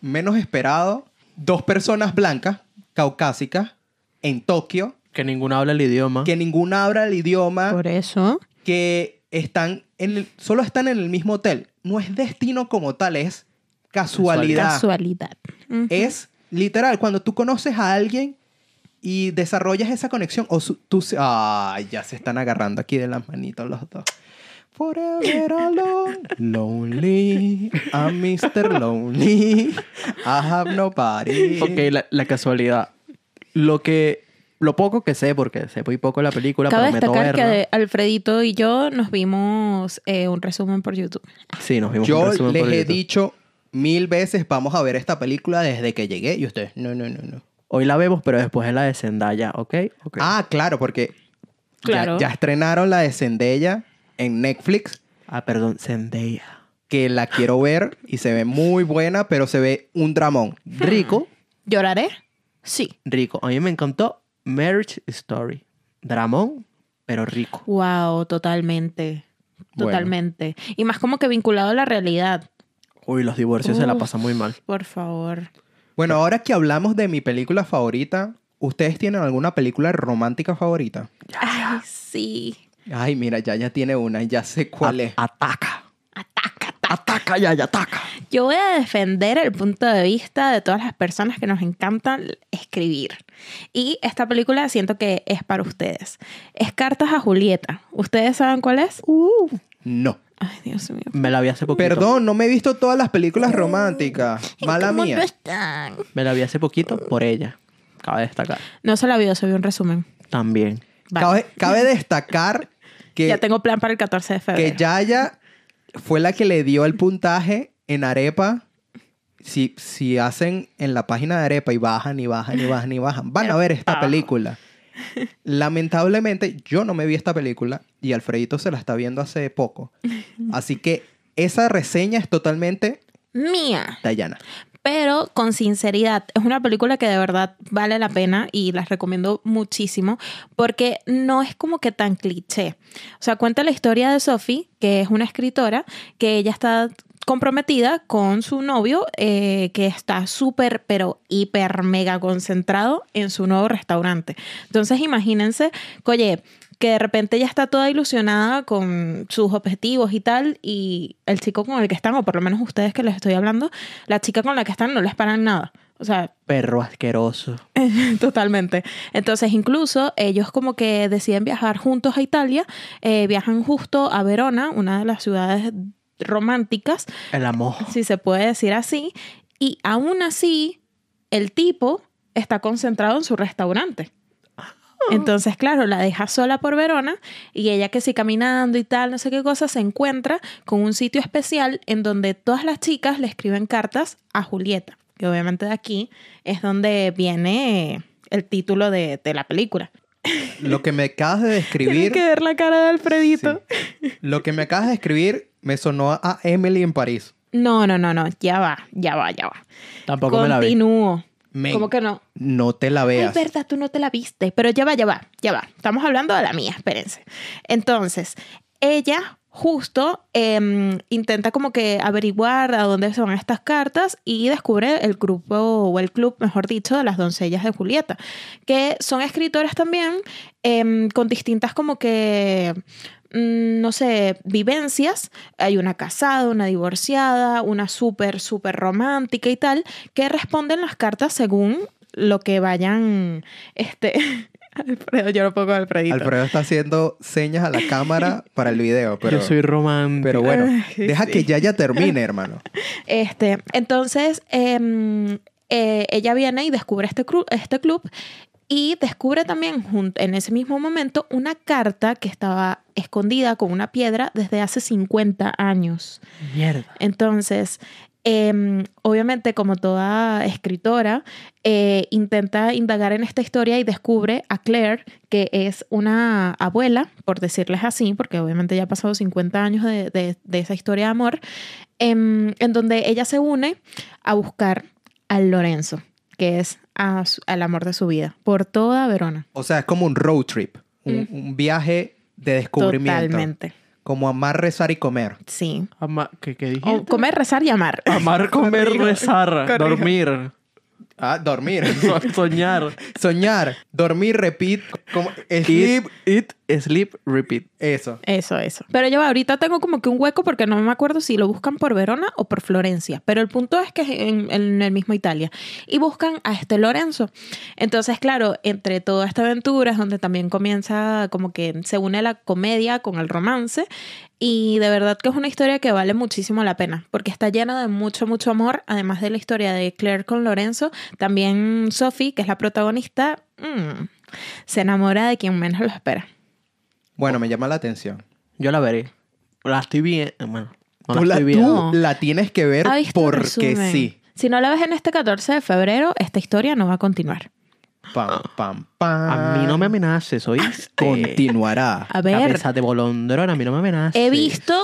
S3: menos esperado dos personas blancas, caucásicas, en Tokio,
S2: Que ninguna habla el idioma.
S3: que ninguna habla el idioma,
S4: Por eso.
S3: que están en el- solo están en el mismo hotel. No es destino como tal, es casualidad.
S4: Casualidad. Ujú.
S3: Es literal, cuando tú conoces a alguien y desarrollas esa conexión, o su- tú... se- Ay, ya se están agarrando aquí de las manitos los dos. Forever alone, lonely, I'm Mr. Lonely, I have nobody.
S2: Ok, la, la casualidad. Lo que... Lo poco que sé, porque sé muy poco de la película,
S4: Cabe
S2: prometo
S4: destacar
S2: verla.
S4: que Alfredito y yo nos vimos eh, un resumen por YouTube.
S2: Sí, nos vimos un
S3: Yo
S2: resumen
S3: les
S2: por
S3: he
S2: YouTube.
S3: dicho mil veces, vamos a ver esta película desde que llegué, y ustedes, no, no, no, no.
S2: Hoy la vemos, pero después es la de Zendaya, ¿ok? Ok.
S3: Ah, claro, porque ya-
S4: Claro.
S3: ya, estrenaron la de Zendaya en Netflix.
S2: Ah, perdón, Zendaya.
S3: que la quiero ver y se ve muy buena, pero se ve un dramón.
S4: Hmm.
S2: Rico,
S4: ¿Lloraré? Sí.
S2: rico. A mí me encantó Marriage Story. Dramón, pero rico.
S4: Wow, totalmente.
S3: Bueno.
S4: Totalmente. Y más como que vinculado a la realidad.
S2: Uy, los divorcios se la
S4: Uf.
S2: pasan muy mal.
S4: Por favor.
S3: Bueno, ahora que hablamos de mi película favorita, ¿ustedes tienen alguna película romántica favorita?
S4: Ay, sí.
S3: Ay, mira, ya ya tiene una, ya sé cuál
S2: A-
S3: es.
S2: Ataca.
S4: Ataca,
S2: Ataca, ya, ya, ataca.
S4: Yo voy a defender el punto de vista de todas las personas que nos encanta escribir. Y esta película siento que es para ustedes. Es Cartas a Julieta. ¿Ustedes saben cuál es?
S3: No.
S4: Ay, Dios mío.
S2: Me la vi hace poquito.
S3: Perdón, no me he visto todas las películas románticas. Mala
S4: ¿Cómo No,
S3: mía.
S4: están?
S2: Me la vi hace poquito por ella. Cabe destacar.
S4: No se la vio, se vio un resumen.
S2: También.
S4: Vale.
S3: Cabe, cabe destacar que,
S4: ya tengo plan para el 14 de
S3: que
S4: febrero.
S3: Yaya fue la que le dio el puntaje en Arepa. Si, si hacen en la página de Arepa y bajan y bajan y bajan y bajan, van a ver
S4: Ah.
S3: esta película. Lamentablemente, yo no me vi esta película y Alfredito se la está viendo hace poco. Así que esa reseña es totalmente
S4: Mía.
S3: Dayana.
S4: Pero con sinceridad, es una película que de verdad vale la pena y las recomiendo muchísimo porque no es como que tan cliché. O sea, cuenta la historia de Sophie, que es una escritora, que ella está comprometida con su novio, eh, que está súper, pero hiper, mega concentrado en su nuevo restaurante. Entonces, imagínense, que, oye, que de repente ella está toda ilusionada con sus objetivos y tal, y el chico con el que están, o por lo menos ustedes que les estoy hablando, la chica con la que están no les paran nada. O sea,
S2: Perro asqueroso.
S4: Totalmente. Entonces, incluso ellos como que deciden viajar juntos a Italia, eh, viajan justo a Verona, una de las ciudades románticas,
S2: El amor.
S4: si se puede decir así, y aún así, el tipo está concentrado en su restaurante. Ah. Entonces, claro, la deja sola por Verona y ella que sí caminando y tal, no sé qué cosa, se encuentra con un sitio especial en donde todas las chicas le escriben cartas a Julieta, que obviamente de aquí es donde viene el título de, de la película.
S3: Lo que me acabas de
S4: Tienes
S3: describir,
S4: que ver la cara de Alfredito.
S3: lo que me acabas de describir me sonó a Emily en París.
S4: No, no, no, no, ya va, ya va, ya va.
S2: Tampoco me la vi.
S4: Continúo.
S3: Men,
S4: ¿Cómo que no?
S3: No te la
S4: Ay,
S3: veas.
S4: verdad, tú no te la viste. Pero ya va, ya va, ya va. Estamos hablando de la mía, espérense. Entonces, ella justo em, intenta como que averiguar a dónde se van estas cartas y descubre el grupo o el club, mejor dicho, de las doncellas de Julieta, que son escritoras también em, con distintas como que mm, no sé, vivencias. Hay una casada, una divorciada, una súper, súper romántica y tal, que responden las cartas según lo que vayan, este... Alfredo, yo no pongo Alfredito.
S3: Alfredo está haciendo señas a la cámara para el video, pero,
S2: Yo soy romántico.
S3: pero bueno,
S4: Ay,
S3: deja
S4: sí.
S3: que Yaya termine, hermano.
S4: Este, entonces, em, eh, ella viene y descubre este, cru- este club y descubre también jun- en ese mismo momento una carta que estaba escondida con una piedra desde hace 50 años.
S2: Mierda.
S4: Entonces, em, obviamente, como toda escritora, eh, intenta indagar en esta historia y descubre a Claire, que es una abuela, por decirles así, porque obviamente ya ha pasado 50 años de, de- de esa historia de amor, em, en donde ella se une a buscar al Lorenzo, que es a su- al amor de su vida, por toda Verona.
S3: O sea, es como un road trip, un,
S4: Mm.
S3: un viaje de descubrimiento.
S4: Totalmente.
S3: Como amar, rezar y comer.
S4: Sí.
S2: Ama- ¿Qué, qué
S4: O
S2: dijiste?
S4: comer, rezar y amar.
S2: Amar, comer, rezar, dormir,
S3: Ah, dormir.
S2: so- soñar.
S3: Soñar, dormir, repeat, como, sleep.
S2: Eat, eat, sleep, repeat.
S3: Eso.
S4: Eso, eso. Pero yo ahorita tengo como que un hueco porque no me acuerdo si lo buscan por Verona o por Florencia. Pero el punto es que es en, en el mismo Italia. Y buscan a este Lorenzo. Entonces, claro, entre toda esta aventura es donde también comienza como que se une la comedia con el romance. Y de verdad que es una historia que vale muchísimo la pena, porque está llena de mucho, mucho amor. Además de la historia de Claire con Lorenzo, también Sophie, que es la protagonista, mm, se enamora de quien menos lo espera.
S3: Bueno, me llama la atención.
S2: Yo la veré. La estoy viendo. Bueno, no la
S3: tú, la,
S2: estoy
S3: tú
S2: viendo.
S3: la tienes que ver
S4: ¿Ha visto Ah, el
S3: porque
S4: resumen?
S3: sí.
S4: Si no la ves en este 14 de febrero, esta historia no va a continuar.
S3: Pam, pam, pam.
S2: A mí no me amenaces, ¿oíste?
S3: Continuará.
S4: Ah, A ver,
S2: Cabeza de bolondrón, a mí no me amenaces.
S4: he visto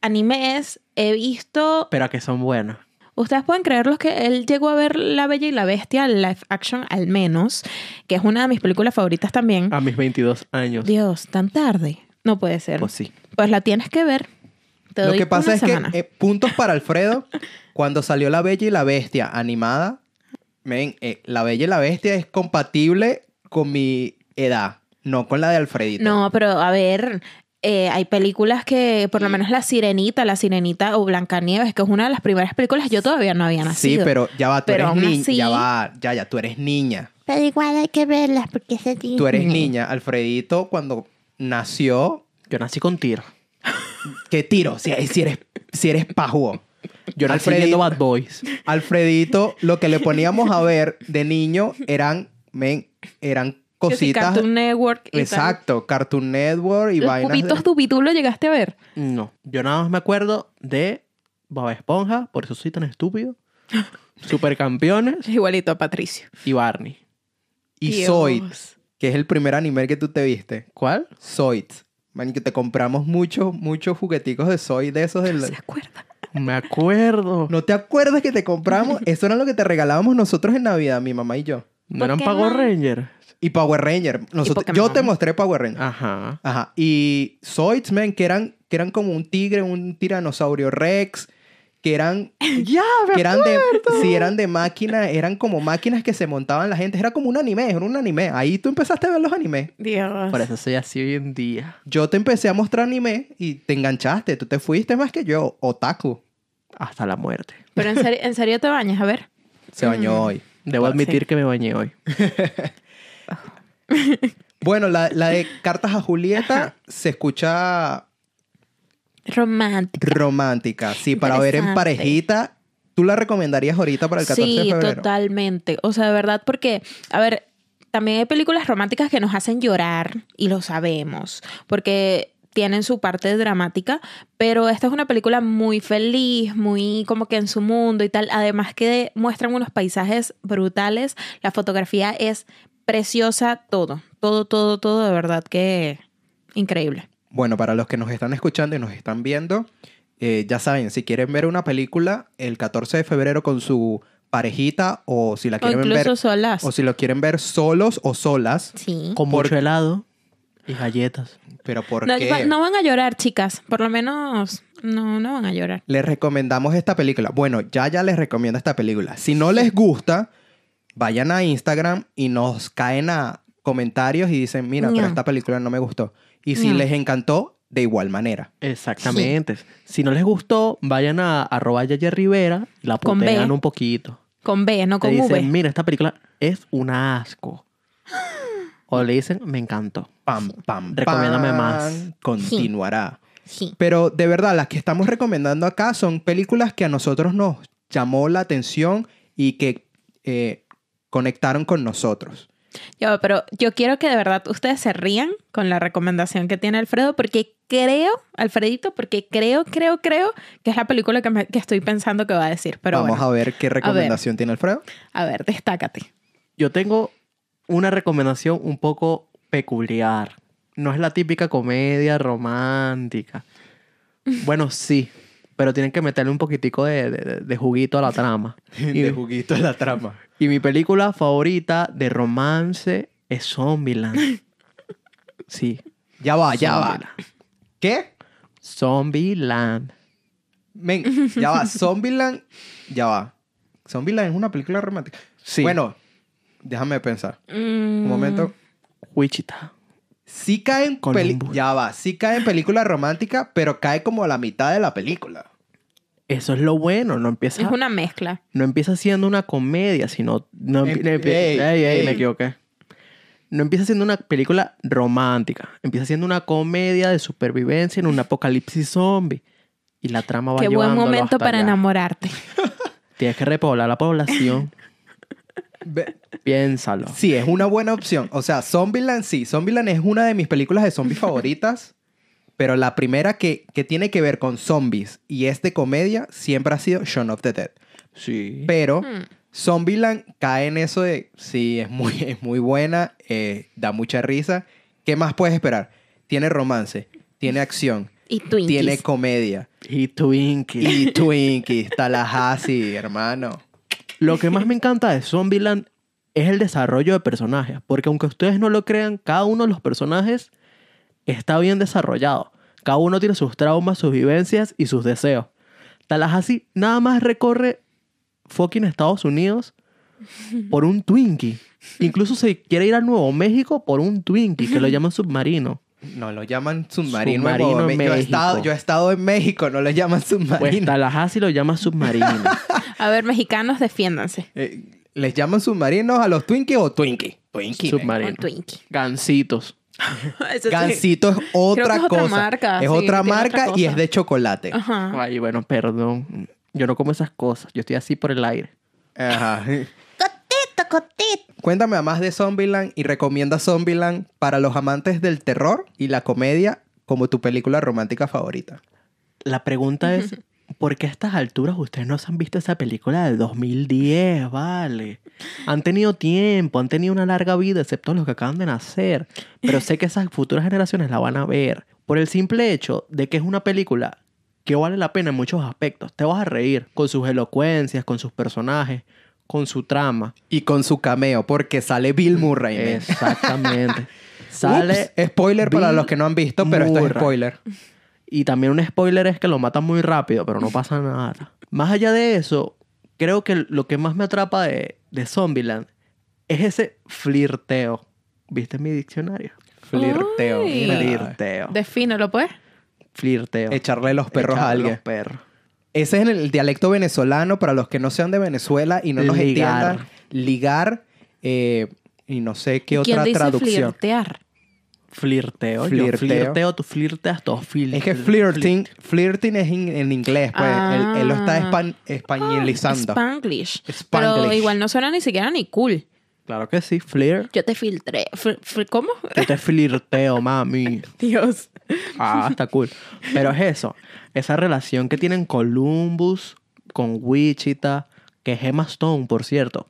S4: animes, he visto...
S2: Pero que son buenos.
S4: Ustedes pueden creerlos que él llegó a ver La Bella y la Bestia, live action al menos, que es una de mis películas favoritas también.
S3: Ah,
S2: A mis 22
S3: pues.
S2: años.
S4: Dios, tan tarde. No puede ser.
S2: Pues
S4: Pues,
S2: sí.
S4: la tienes que ver. Te
S3: Lo
S4: doy
S3: que pasa
S4: una
S3: es
S4: semana.
S3: que eh, puntos para Alfredo. Cuando salió La Bella y la Bestia animada, men, eh, La Bella y la Bestia es compatible con mi edad, no con la de Alfredito.
S4: No, pero a ver, eh, hay películas que, por lo menos La Sirenita, La Sirenita o Blancanieves, que es una de las primeras películas, yo todavía no había
S3: sí,
S4: nacido.
S3: pero ya va, tú
S4: Pero
S3: eres
S4: aún
S3: niña.
S4: así-
S3: Ya va, ya, ya, tú eres niña.
S1: Pero igual hay que verlas porque se dice.
S3: Tú eres niña. Alfredito, cuando nació,
S2: Yo nací con tiro.
S3: ¿qué tiro? Si, si eres, si eres pajuo.
S2: Yo nací
S3: Alfredito-
S2: viendo Bad Boys.
S3: Alfredito, lo que le poníamos a ver de niño eran, men, eran
S4: Que si
S3: cositas.
S4: Cartoon Network. y tal.
S3: Exacto, Cartoon Network y
S4: Los
S3: vainas.
S4: cubitos
S3: de-
S4: Dubidú lo llegaste a ver.
S2: No. Yo nada más me acuerdo de Bob Esponja, por eso soy tan estúpido. Supercampeones
S4: Es igualito a Patricio.
S2: y Barney.
S3: Y
S4: Dios.
S3: Zoid, que es el primer anime que tú te viste.
S2: ¿Cuál?
S3: Zoid. Man, que te compramos muchos, muchos jugueticos de Zoid de esos. del-
S4: ¿Se acuerda?
S2: Me acuerdo. No,
S3: ¿No te acuerdas que te compramos? Eso era lo que te regalábamos nosotros en Navidad, mi mamá y yo.
S2: eran
S4: Pokémon.
S2: Power Rangers.
S3: Y Power Ranger. Nosotros,
S4: Pokémon.
S3: yo te mostré Power Ranger.
S2: Ajá.
S3: Ajá. Y Zoids, man, que eran, que eran como un tigre, un tiranosaurio rex, que eran
S2: ya,
S3: que eran de, si eran de máquina, eran como máquinas que se montaban la gente. Era como un anime, era un anime. Ahí tú empezaste a ver los animes.
S4: Dios.
S2: Por eso soy así hoy en día.
S3: Yo te empecé a mostrar anime y te enganchaste. Tú te fuiste más que yo, otaku.
S2: Hasta la muerte.
S4: Pero en serio, en serio te bañas, a ver.
S3: Se bañó hoy.
S2: Debo
S4: Ahora
S2: admitir
S4: sí.
S2: que me bañé hoy.
S3: Bueno, la, la de cartas a Julieta se escucha
S4: Romántico.
S3: romántica. Sí, para ver en
S4: Interesante.
S3: parejita. ¿Tú la recomendarías ahorita para el 14 de
S4: Sí,
S3: febrero?
S4: totalmente. O sea, de verdad, porque, a ver, también hay películas románticas que nos hacen llorar y lo sabemos, porque tienen su parte dramática, pero esta es una película muy feliz, muy como que en su mundo y tal, además que muestran unos paisajes brutales, la fotografía es preciosa, todo, todo, todo, todo, de verdad que increíble.
S3: Bueno, para los que nos están escuchando y nos están viendo, eh, ya saben, si quieren ver una película el 14 de febrero con su parejita o si la
S4: O
S3: quieren ver
S4: incluso solas.
S3: o si lo quieren ver solos o solas,
S4: Sí.
S2: Con
S3: Por-
S2: mucho helado. Y galletas.
S3: Pero ¿por
S4: No,
S3: qué?
S4: va- no van a llorar, chicas. Por lo menos, no, no van a llorar.
S3: Les recomendamos esta película. Bueno, ya ya les recomiendo esta película. Si no les gusta, vayan a Instagram y nos caen a comentarios y dicen, mira, pero
S4: No.
S3: esta película no me gustó. Y si
S4: No.
S3: les encantó, de igual manera.
S2: Exactamente. Si no les gustó, vayan a arroba Yaya Rivera y la
S4: Con B.
S2: putean un poquito.
S4: Con B, no
S2: Te
S4: con
S2: dicen,
S4: V.
S2: mira, esta película es un asco. O le dicen, me encantó.
S3: Pam, pam,
S2: Recomiéndame
S3: pam,
S2: más.
S3: Continuará.
S1: Sí.
S3: Pero de verdad, las que estamos recomendando acá son películas que a nosotros nos llamó la atención y que eh, conectaron con nosotros.
S4: Ya, pero yo quiero que de verdad ustedes se rían con la recomendación que tiene Alfredo, porque creo, Alfredito, porque creo, creo, creo que es la película que, me- que estoy pensando que va a decir. Pero
S3: Vamos
S4: bueno,
S3: a ver qué recomendación tiene Alfredo.
S4: a ver, destácate.
S2: Yo tengo una recomendación un poco peculiar. No es la típica comedia romántica. Bueno, sí, pero tienen que meterle un poquitico de, de- de juguito a la trama. Y,
S3: juguito en la trama.
S2: y mi película favorita de romance es Zombieland. Sí.
S3: Ya va, ya va.
S2: Zombieland.
S3: ¿Qué?
S2: Zombieland.
S3: Men, ya va. Zombieland, ya va. Zombieland es una película romántica.
S2: Sí.
S3: Bueno, déjame pensar.
S4: Mm,
S3: Un momento.
S2: Wichita.
S3: Sí cae en peli-
S2: Columbus.
S3: ya va. Sí cae en película romántica, pero cae como a la mitad de la película.
S2: Eso es lo bueno. No empieza,
S4: Es una mezcla.
S2: no empieza siendo una comedia, sino... No,
S3: Em-
S2: empie- no empie-
S3: ey,
S2: ey, ey, me
S3: ey.
S2: equivoqué. No empieza siendo una película romántica. Empieza siendo una comedia de supervivencia en un apocalipsis zombie. Y la trama va
S4: Qué buen
S2: llevándolo
S4: momento
S2: hasta
S4: para
S2: allá.
S4: enamorarte.
S2: Tienes que repoblar la población.
S3: Ve-
S2: Piénsalo.
S3: Sí, es una buena opción. O sea, Zombieland sí. Zombieland es una de mis películas de zombies favoritas. Pero la primera que, que tiene que ver con zombies y es de comedia siempre ha sido Shaun of the Dead.
S2: Sí.
S3: Pero
S4: Mm.
S3: Zombieland cae en eso de, sí, es muy, es muy buena, eh, da mucha risa. ¿Qué más puedes esperar? Tiene romance, tiene acción,
S4: Y Twinkies.
S3: tiene comedia.
S2: Y Twinkie.
S3: Y Twinkies, Tallahassee, hermano.
S2: Lo que más me encanta de Zombieland es el desarrollo de personajes, porque aunque ustedes no lo crean, cada uno de los personajes está bien desarrollado. Cada uno tiene sus traumas, sus vivencias y sus deseos. Tallahassee nada más recorre fucking Estados Unidos por un Twinkie. Incluso se quiere ir a Nuevo México por un Twinkie, que lo llaman submarino.
S3: No lo llaman submarino, en
S2: Submarino
S3: Nuevo
S2: en
S3: Me- Yo, he
S2: México.
S3: estado, yo he estado en México, no lo llaman
S2: Pues
S3: submarino.
S2: Tallahassee lo llama submarino.
S4: A ver, mexicanos, defiéndanse.
S3: Eh, ¿Les llaman submarinos a los Twinkies o Twinkie? Twinkie. men.
S4: Con
S2: submarino.
S4: Twinkie.
S2: Gancitos.
S4: Eso sí.
S3: Gansito es
S4: Creo que
S3: otra
S4: es otra
S3: cosa.
S4: marca,
S3: Es
S4: sí, tiene
S3: otra
S4: otra
S3: marca y
S4: cosa.
S3: es de chocolate.
S4: Ajá.
S2: Ay, bueno, perdón. Yo no como esas cosas. Yo estoy así por el aire.
S3: Ajá.
S1: Cotito, cotito.
S3: Cuéntame más de Zombieland y recomienda Zombieland para los amantes del terror y la comedia como tu película romántica favorita.
S2: La pregunta es, ¿por qué a estas alturas ustedes no se han visto esa película del 2010, vale? Han tenido tiempo, han tenido una larga vida, excepto los que acaban de nacer. Pero sé que esas futuras generaciones la van a ver. Por el simple hecho de que es una película que vale la pena en muchos aspectos. Te vas a reír con sus elocuencias, con sus personajes, con su trama.
S3: Y con su cameo, porque sale
S2: Mm,
S3: Bill Murray. men.
S2: Exactamente. Sale...
S3: Ups, spoiler para
S2: Bill
S3: los que no han visto, pero esto es
S2: Murray.
S3: spoiler.
S2: Y también un spoiler es que lo matan muy rápido, pero no pasa nada. Más allá de eso, creo que lo que más me atrapa de, de Zombieland es ese flirteo. ¿Viste mi diccionario?
S3: Flirteo.
S4: Ay.
S3: mira.
S2: Flirteo.
S4: Defínelo, pues.
S2: Flirteo.
S3: Echarle los perros
S2: Echarle
S3: a alguien.
S2: los perros.
S3: Ese es en el dialecto venezolano para los que no sean de Venezuela y no nos
S2: Ligar.
S3: entiendan. Ligar eh, y no sé qué
S4: ¿Quién
S3: otra
S4: dice
S3: traducción.
S4: flirtear?
S2: Flirteo. Yo
S3: Flirteo.
S2: flirteo, tú flirteas, todos flirtean.
S3: Es que flirting, flirting es in- en inglés, pues
S4: Ah.
S3: él, él lo está espan-
S4: Ah,
S3: españolizando.
S4: Spanglish.
S3: Spanglish.
S4: Pero igual no suena ni siquiera ni cool.
S2: Claro que sí, flir.
S4: Yo te filtré. Fr- fr- ¿Cómo?
S2: Yo te flirteo, mami.
S4: Dios.
S2: Ah, está cool. Pero es eso, esa relación que tienen Columbus con Wichita, que es Emma Stone, por cierto,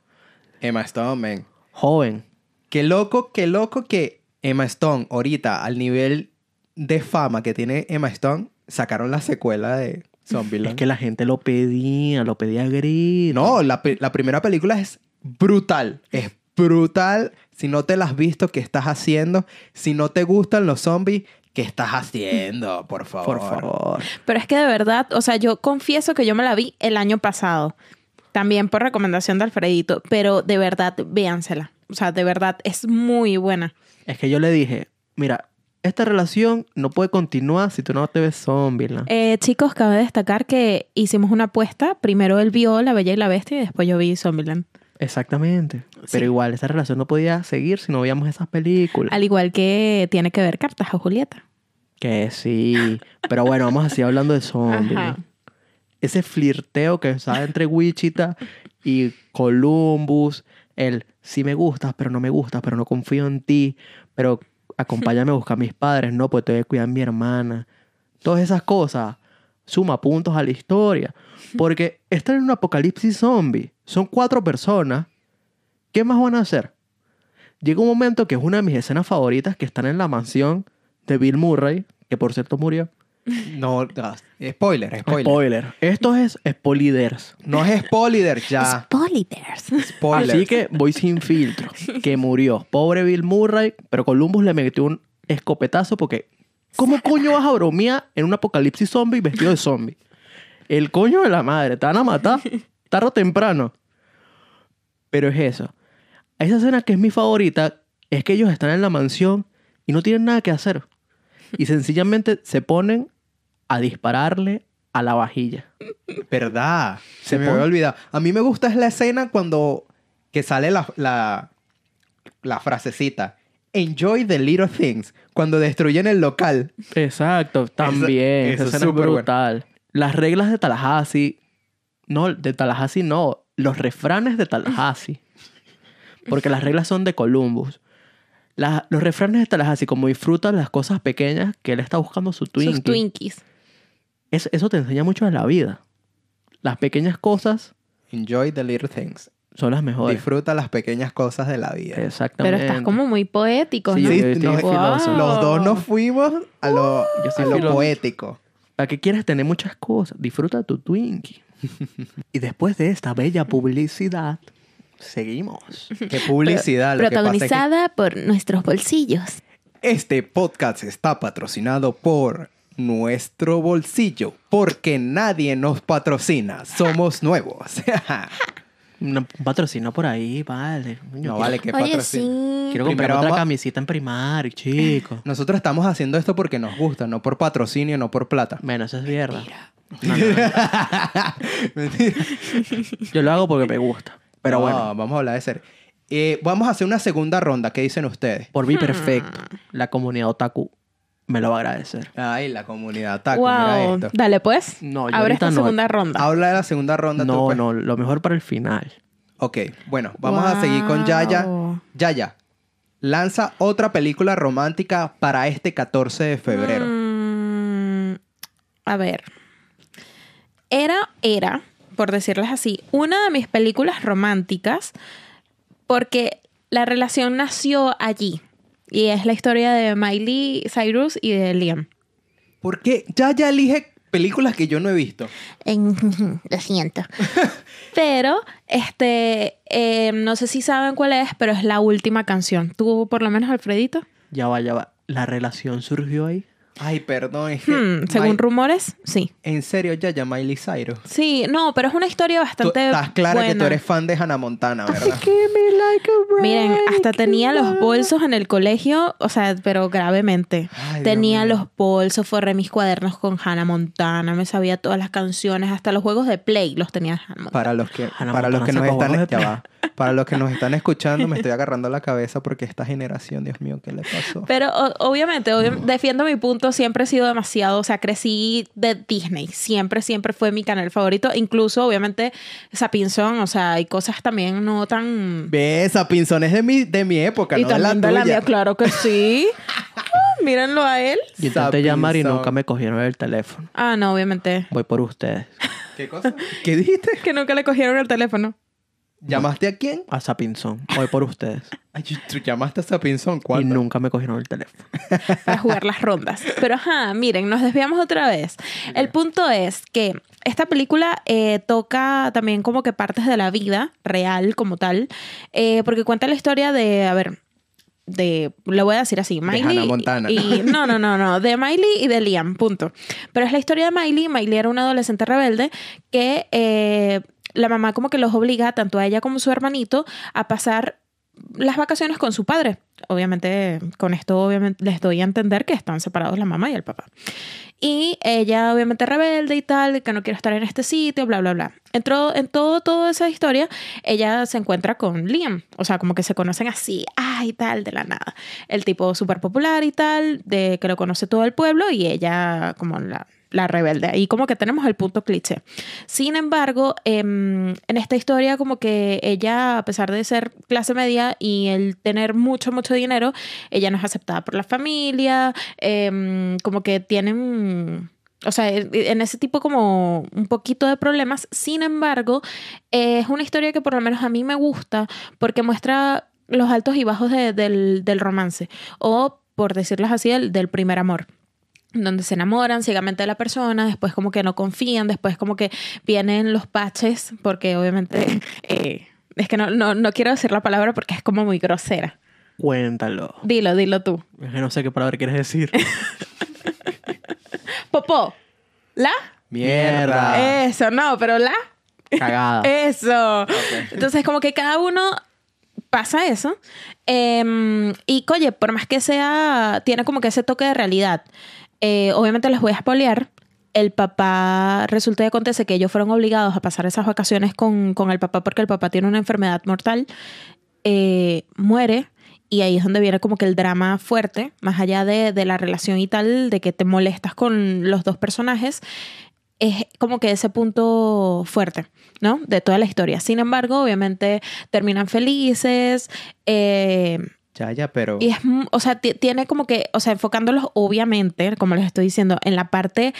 S3: Emma Stone, man.
S2: joven.
S3: Qué loco, qué loco que Emma Stone, ahorita, al nivel de fama que tiene Emma Stone, sacaron la secuela de
S2: Es
S3: Zombieland.
S2: que la gente lo pedía, lo pedía gris.
S3: No, la, pe- la primera película es brutal. Es brutal. Si no te las has visto, ¿qué estás haciendo? Si no te gustan los zombies, ¿qué estás haciendo? Por favor.
S2: Por favor.
S4: Pero es que de verdad, o sea, yo confieso que yo me la vi el año pasado, también por recomendación de Alfredito, pero de verdad, véansela. O sea, de verdad, es muy buena.
S2: Es que yo le dije, mira, esta relación no puede continuar si tú no te ves zombie. ¿no?
S4: Eh, chicos, cabe destacar que hicimos una apuesta. Primero él vio La Bella y la Bestia y después yo vi Zombieland.
S2: Exactamente. Pero igual, esa relación no podía seguir si no veíamos esas películas.
S4: Al igual que tiene que ver Cartas a Julieta.
S2: Que sí. Pero bueno, vamos a seguir hablando de zombies.
S4: Ajá.
S2: ¿no? Ese flirteo que estaba entre Wichita y Columbus. El sí me gustas, pero no me gustas, pero no confío en ti. Pero acompáñame a buscar a mis padres. No, pues te voy a cuidar a mi hermana. Todas esas cosas. Suma puntos a la historia. Porque estar en un apocalipsis zombie. Son cuatro personas. ¿Qué más van a hacer? Llega un momento que es una de mis escenas favoritas que están en la mansión de Bill Murray, que por cierto murió.
S3: No, no, spoiler, spoiler.
S2: Spoiler. Esto es spoilers.
S3: No es spoiler,
S2: Ah.
S3: ya.
S1: Spoilers.
S3: Spoiler.
S2: Así que voy sin filtro. Que murió. Pobre Bill Murray, pero Columbus le metió un escopetazo porque ¿cómo coño vas a bromear en un apocalipsis zombie vestido de zombie? El coño de la madre, te van a matar tarde o temprano. Pero es eso. Esa escena que es mi favorita es que ellos están en la mansión y no tienen nada que hacer. Y sencillamente se ponen a dispararle a la vajilla.
S3: ¿Verdad?
S2: Se
S3: Se me
S2: pon-
S3: había olvidado. A mí me gusta es la escena cuando que sale la, la, la frasecita. Enjoy the little things. Cuando destruyen el local.
S2: Exacto, también. Esa
S3: eso es
S2: escena es
S3: súper bueno.
S2: brutal. Las reglas de Tallahassee. No, de Tallahassee no. Los refranes de Tallahassee. Porque las reglas son de Columbus. Las- los refranes de Tallahassee, como disfrutan las cosas pequeñas que él está buscando su Twinkie.
S4: Sus Twinkies.
S2: Es- eso te enseña mucho de la vida. Las pequeñas cosas
S3: Enjoy the little things.
S2: son las mejores.
S3: Disfruta las pequeñas cosas de la vida.
S2: Exactamente.
S4: Pero estás como muy poético, ¿no?
S2: Sí, yo
S3: Sí,
S2: estoy
S3: no,
S2: filósofo.
S3: Los dos nos fuimos a lo,
S2: Yo soy
S3: a lo
S2: filósofo.
S3: poético.
S2: ¿Para qué quieres tener muchas cosas? Disfruta tu Twinkie. y después de esta bella publicidad, seguimos.
S3: Qué publicidad. lo que pasa es que-
S4: Protagonizada por nuestros bolsillos.
S3: Este podcast está patrocinado por nuestro bolsillo, porque nadie nos patrocina. Somos nuevos.
S2: No, patrocina por ahí, vale.
S3: no vale que
S1: Oye,
S3: patrocina.
S1: sí.
S2: Quiero comprar
S3: Primero
S2: otra
S3: vamos a-
S2: camisita en primario, chico.
S3: Nosotros estamos haciendo esto porque nos gusta, no por patrocinio, no por plata.
S2: Bueno, eso es mierda. No, no, no.
S3: Mentira.
S2: Yo lo hago porque me gusta. Pero
S3: No,
S2: bueno,
S3: Vamos a hablar de ser. Eh, vamos a hacer una segunda ronda. ¿Qué dicen ustedes?
S2: por mí perfecto. La comunidad otaku me lo va a agradecer.
S3: Ay, la comunidad taco, mira
S4: wow.
S3: esto.
S4: Dale, pues.
S2: No, yo ahorita
S4: Abre
S2: no.
S4: esta
S2: eh,
S4: segunda ronda.
S3: Habla de la segunda ronda. tú,
S2: No,
S3: pues.
S2: no, lo mejor para el final.
S3: Ok, bueno, vamos a seguir con Yaya.
S4: Wow.
S3: Yaya, lanza otra película romántica para este 14 de febrero.
S4: Mm, a ver. Era, era, por decirles así, una de mis películas románticas porque la relación nació allí. Y es la historia de Miley Cyrus y de Liam.
S3: ¿Por qué Yaya elige películas que yo no he visto?
S1: En- Lo siento.
S4: Pero, este, eh, no sé si saben cuál es, pero es la última canción. ¿Tú, por lo menos, Alfredito?
S2: Ya va, ya va. La relación surgió ahí.
S3: Ay, perdón, es que...
S4: Hmm, según
S3: Mi-
S4: rumores, sí.
S3: En serio, Yaya, Miley Cyrus.
S4: Sí, no, pero es una historia
S3: Tú-
S4: bastante
S3: estás clara que tú
S4: buena.
S3: eres fan de Hannah Montana, ¿verdad?
S4: Miren, hasta tenía los bolsos en el colegio, o sea, pero gravemente.
S3: Ay, Dios
S4: tenía
S3: mío.
S4: los bolsos, forré mis cuadernos con Hannah Montana, me sabía todas las canciones, hasta los juegos de Play los tenía Hannah Montana.
S3: Para los que,
S2: Hannah
S3: para los
S2: Montana
S3: que nos
S2: sacó
S3: están...
S2: huevos de
S3: ya va. Para los que nos están escuchando, me estoy agarrando la cabeza porque esta generación, Dios mío, ¿qué le pasó?
S4: Pero o- obviamente, obvia-
S3: Mm.
S4: defiendo mi punto, siempre he sido demasiado, o sea, crecí de Disney, siempre, siempre fue mi canal favorito, incluso obviamente Sapinson, o sea, hay cosas también no tan...
S3: Ves, a pinzones de mi, de mi época,
S4: y
S3: no de la
S4: también de la
S3: tuya.
S4: mía, claro que sí. Ah, mírenlo a él.
S2: Yo intenté llamar y
S3: Sapinson.
S2: nunca me cogieron el teléfono.
S4: Ah, no, obviamente.
S2: Voy por ustedes.
S3: ¿Qué cosa? ¿Qué dijiste?
S4: Que nunca le cogieron el teléfono.
S3: ¿Llamaste a quién?
S2: A Sapinzón. Voy por ustedes.
S3: Ay, tú llamaste a Sapinson,
S2: Y
S3: ¿cuándo?
S2: nunca me cogieron el teléfono.
S4: para jugar las rondas. Pero ajá, miren, nos desviamos otra vez. El punto es que esta película eh, toca también como que partes de la vida real como tal, eh, porque cuenta la historia de, a ver, de lo voy a decir así, Miley
S3: Hannah Montana.
S4: y no, no, no, no, de Miley y de Liam, punto. Pero es la historia de Miley, Miley era una adolescente rebelde que eh, la mamá como que los obliga tanto a ella como a su hermanito a pasar las vacaciones con su padre. Obviamente, con esto obviamente les doy a entender que están separados la mamá y el papá. Y ella, obviamente, rebelde y tal, que no quiero estar en este sitio, bla, bla, bla. Entró en todo, toda esa historia, ella se encuentra con Liam. O sea, como que se conocen así, ay, y tal, de la nada. El tipo súper popular y tal, de que lo conoce todo el pueblo y ella, como la, la rebelde. Ahí como que tenemos el punto cliché. Sin embargo, em, en esta historia como que ella, a pesar de ser clase media y el tener mucho, mucho dinero, ella no es aceptada por la familia, em, como que tienen... O sea, en ese tipo como un poquito de problemas. Sin embargo, es una historia que por lo menos a mí me gusta porque muestra los altos y bajos de- del, del romance. O, por decirlas así, del- del primer amor donde se enamoran ciegamente de la persona, después como que no confían, después como que vienen los paches, porque obviamente eh, es que no, no, no quiero decir la palabra porque es como muy grosera.
S2: Cuéntalo.
S4: Dilo, dilo tú.
S2: Es que no sé qué palabra quieres decir.
S4: Popó. ¿La?
S3: Mierda.
S4: Eso, no, pero la.
S2: Cagada.
S4: Eso. Entonces, como que cada uno pasa eso. Em, y, oye, por más que sea, tiene como que ese toque de realidad. Eh, obviamente les voy a spoilear. El papá, resulta y acontece que ellos fueron obligados a pasar esas vacaciones con, con el papá porque el papá tiene una enfermedad mortal. Eh, muere. Y ahí es donde viene como que el drama fuerte, más allá de, de la relación y tal, de que te molestas con los dos personajes es como que ese punto fuerte, ¿no? De toda la historia. Sin embargo, obviamente terminan felices. eh,
S3: Ya, ya, pero.
S4: y es, mu- o sea, ti- tiene como que, o sea, enfocándolos obviamente, como les estoy diciendo, en la parte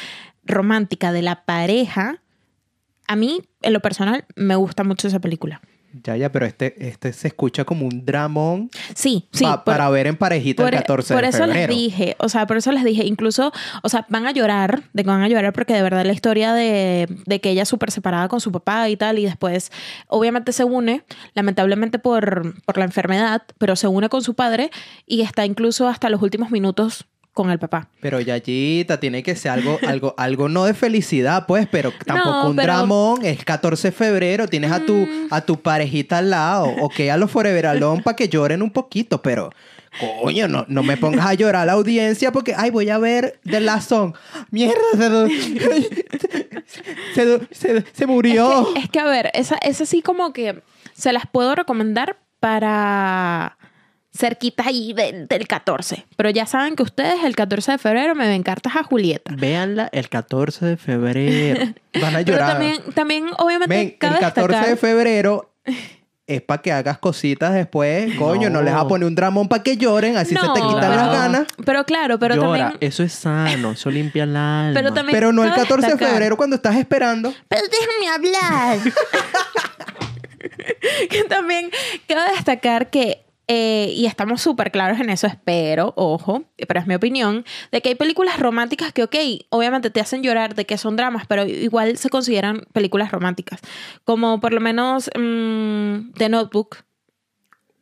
S4: romántica de la pareja. A mí, en lo personal, me gusta mucho esa película.
S3: Ya, ya, pero este, este se escucha como un dramón
S4: Sí, sí.
S3: pa-
S4: por-
S3: para ver en parejita
S4: por, e-,
S3: el 14
S4: por
S3: de
S4: eso les
S3: febrero.
S4: dije, o sea, por eso les dije, incluso, o sea, van a llorar, de que van a llorar porque de verdad la historia de, de que ella es súper separada con su papá y tal, y después obviamente se une, lamentablemente por, por la enfermedad, pero se une con su padre y está incluso hasta los últimos minutos con el papá.
S3: Pero Yayita, tiene que ser algo, algo, algo no de felicidad, pues, pero tampoco
S4: No,
S3: un
S4: pero- Mm.
S3: dramón. Es 14 de febrero, tienes a tu, a tu parejita al lado. Ok, a los Forever Alone para que lloren un poquito, pero coño, no, no me pongas a llorar a la audiencia porque, ay, voy a ver The Last Song. Mierda, se, du- se, du- se- se murió.
S4: Es que, es que, a ver, esa, esa sí como que se las puedo recomendar para cerquitas ahí de- del 14. Pero ya saben que ustedes el 14 de febrero me ven cartas a Julieta.
S2: Véanla el 14 de febrero.
S3: Van a
S4: Pero
S3: llorar.
S4: también, también obviamente,
S3: Ven, el
S4: cabe
S3: 14
S4: destacar-
S3: de febrero es para que hagas cositas después. Coño, no,
S2: No.
S3: les vas a poner un dramón para que lloren, así se te
S4: No,
S3: quitan
S4: pero-
S3: las ganas.
S4: Pero claro, pero
S2: Llora. Eh.
S4: también...
S2: Eso es sano. Eso limpia el alma.
S4: Pero también
S3: Pero no el
S4: cabe
S3: 14 de
S4: destacar-
S3: febrero cuando estás esperando.
S1: Pero déjame hablar.
S4: que también cabe destacar que, eh, y estamos súper claros en eso, espero, ojo, pero es mi opinión, de que hay películas románticas que, ok, obviamente te hacen llorar, de que son dramas, pero igual se consideran películas románticas. Como por lo menos mm, The Notebook.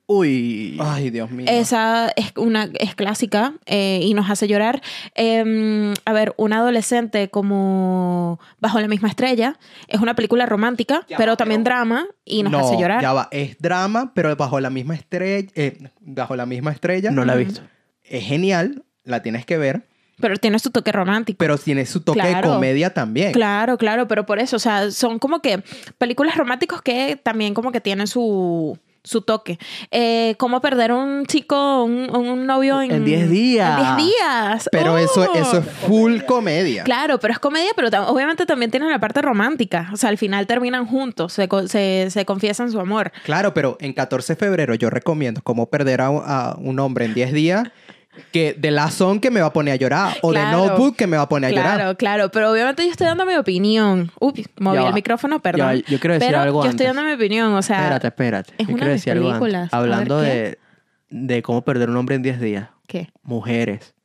S2: Uy.
S3: Ay, Dios mío.
S4: Esa es una es clásica eh, y nos hace llorar. Eh, a ver, un adolescente como Bajo la misma estrella es una película romántica, pero también drama y nos
S3: no,
S4: hace llorar.
S3: Ya va, es drama, pero bajo la misma estrella, eh, bajo la misma estrella.
S2: No la he
S4: Ujú.
S2: visto.
S3: Es genial, la tienes que ver,
S4: Pero tiene su toque romántico.
S3: pero tiene su toque
S4: Claro.
S3: de comedia también.
S4: Claro, claro, pero por eso, o sea, son como que películas románticas que también como que tienen su, su toque. Eh, ¿Cómo perder un chico, un, un novio en...
S2: En 10 días.
S4: En 10 días.
S3: Pero eso,
S4: ¡Oh!
S3: eso es full comedia.
S4: Claro, pero es comedia, pero ta- obviamente también tienen la parte romántica. O sea, al final terminan juntos, se, co- se, se confiesan su amor.
S3: Claro, pero en 14 de febrero yo recomiendo cómo perder a, a un hombre en 10 días que de la son que me va a poner a llorar o
S4: Claro.
S3: de notebook que me va a poner a llorar.
S4: Claro, claro, pero obviamente yo estoy dando mi opinión. Uy, moví
S2: Ya va.
S4: el micrófono, perdón.
S2: Ya, yo quiero decir
S4: pero
S2: algo
S4: yo estoy
S2: antes.
S4: dando mi opinión, o sea...
S2: espérate, espérate.
S4: es
S2: Yo
S4: una
S2: quiero
S4: de
S2: decir algo antes.
S4: películas. A ver,
S2: Hablando
S4: ¿qué?
S2: de, de cómo perder un hombre en 10 días.
S4: ¿Qué?
S2: Mujeres.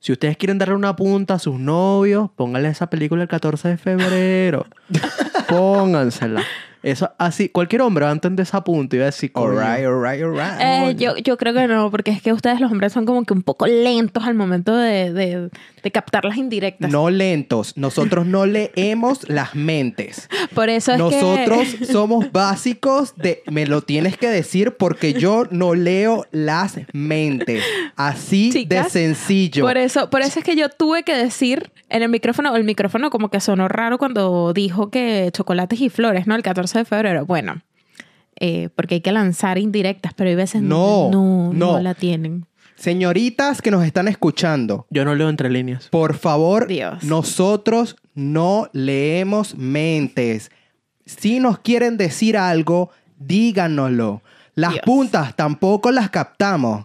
S2: Si ustedes quieren darle una punta a sus novios, pónganle esa película el 14 de febrero. Póngansela. Eso así, cualquier hombre antes de esa punta iba a decir, coño,
S3: Alright, alright,
S2: Ah,
S3: alright.
S4: Eh, yo, yo creo que no, porque es que ustedes los hombres son como que un poco lentos al momento de, de- de captar las indirectas.
S3: No lentos. Nosotros no leemos las mentes.
S4: Por eso es
S3: Nosotros
S4: que...
S3: somos básicos de me lo tienes que decir porque yo no leo las mentes. Así de
S4: Chicas,
S3: sencillo.
S4: Por e- eso, por eso es que yo tuve que decir en el micrófono, el micrófono como que sonó raro cuando dijo que chocolates y flores, ¿no? El 14 de febrero. Bueno, eh, porque hay que lanzar indirectas, pero hay veces
S3: No,
S4: no, no,
S3: no.
S4: no la tienen.
S3: Señoritas que nos están escuchando,
S2: yo no leo entre líneas.
S3: por favor,
S4: Dios.
S3: nosotros no leemos mentes. Si nos quieren decir algo, díganoslo. Las
S4: Dios.
S3: puntas tampoco las captamos.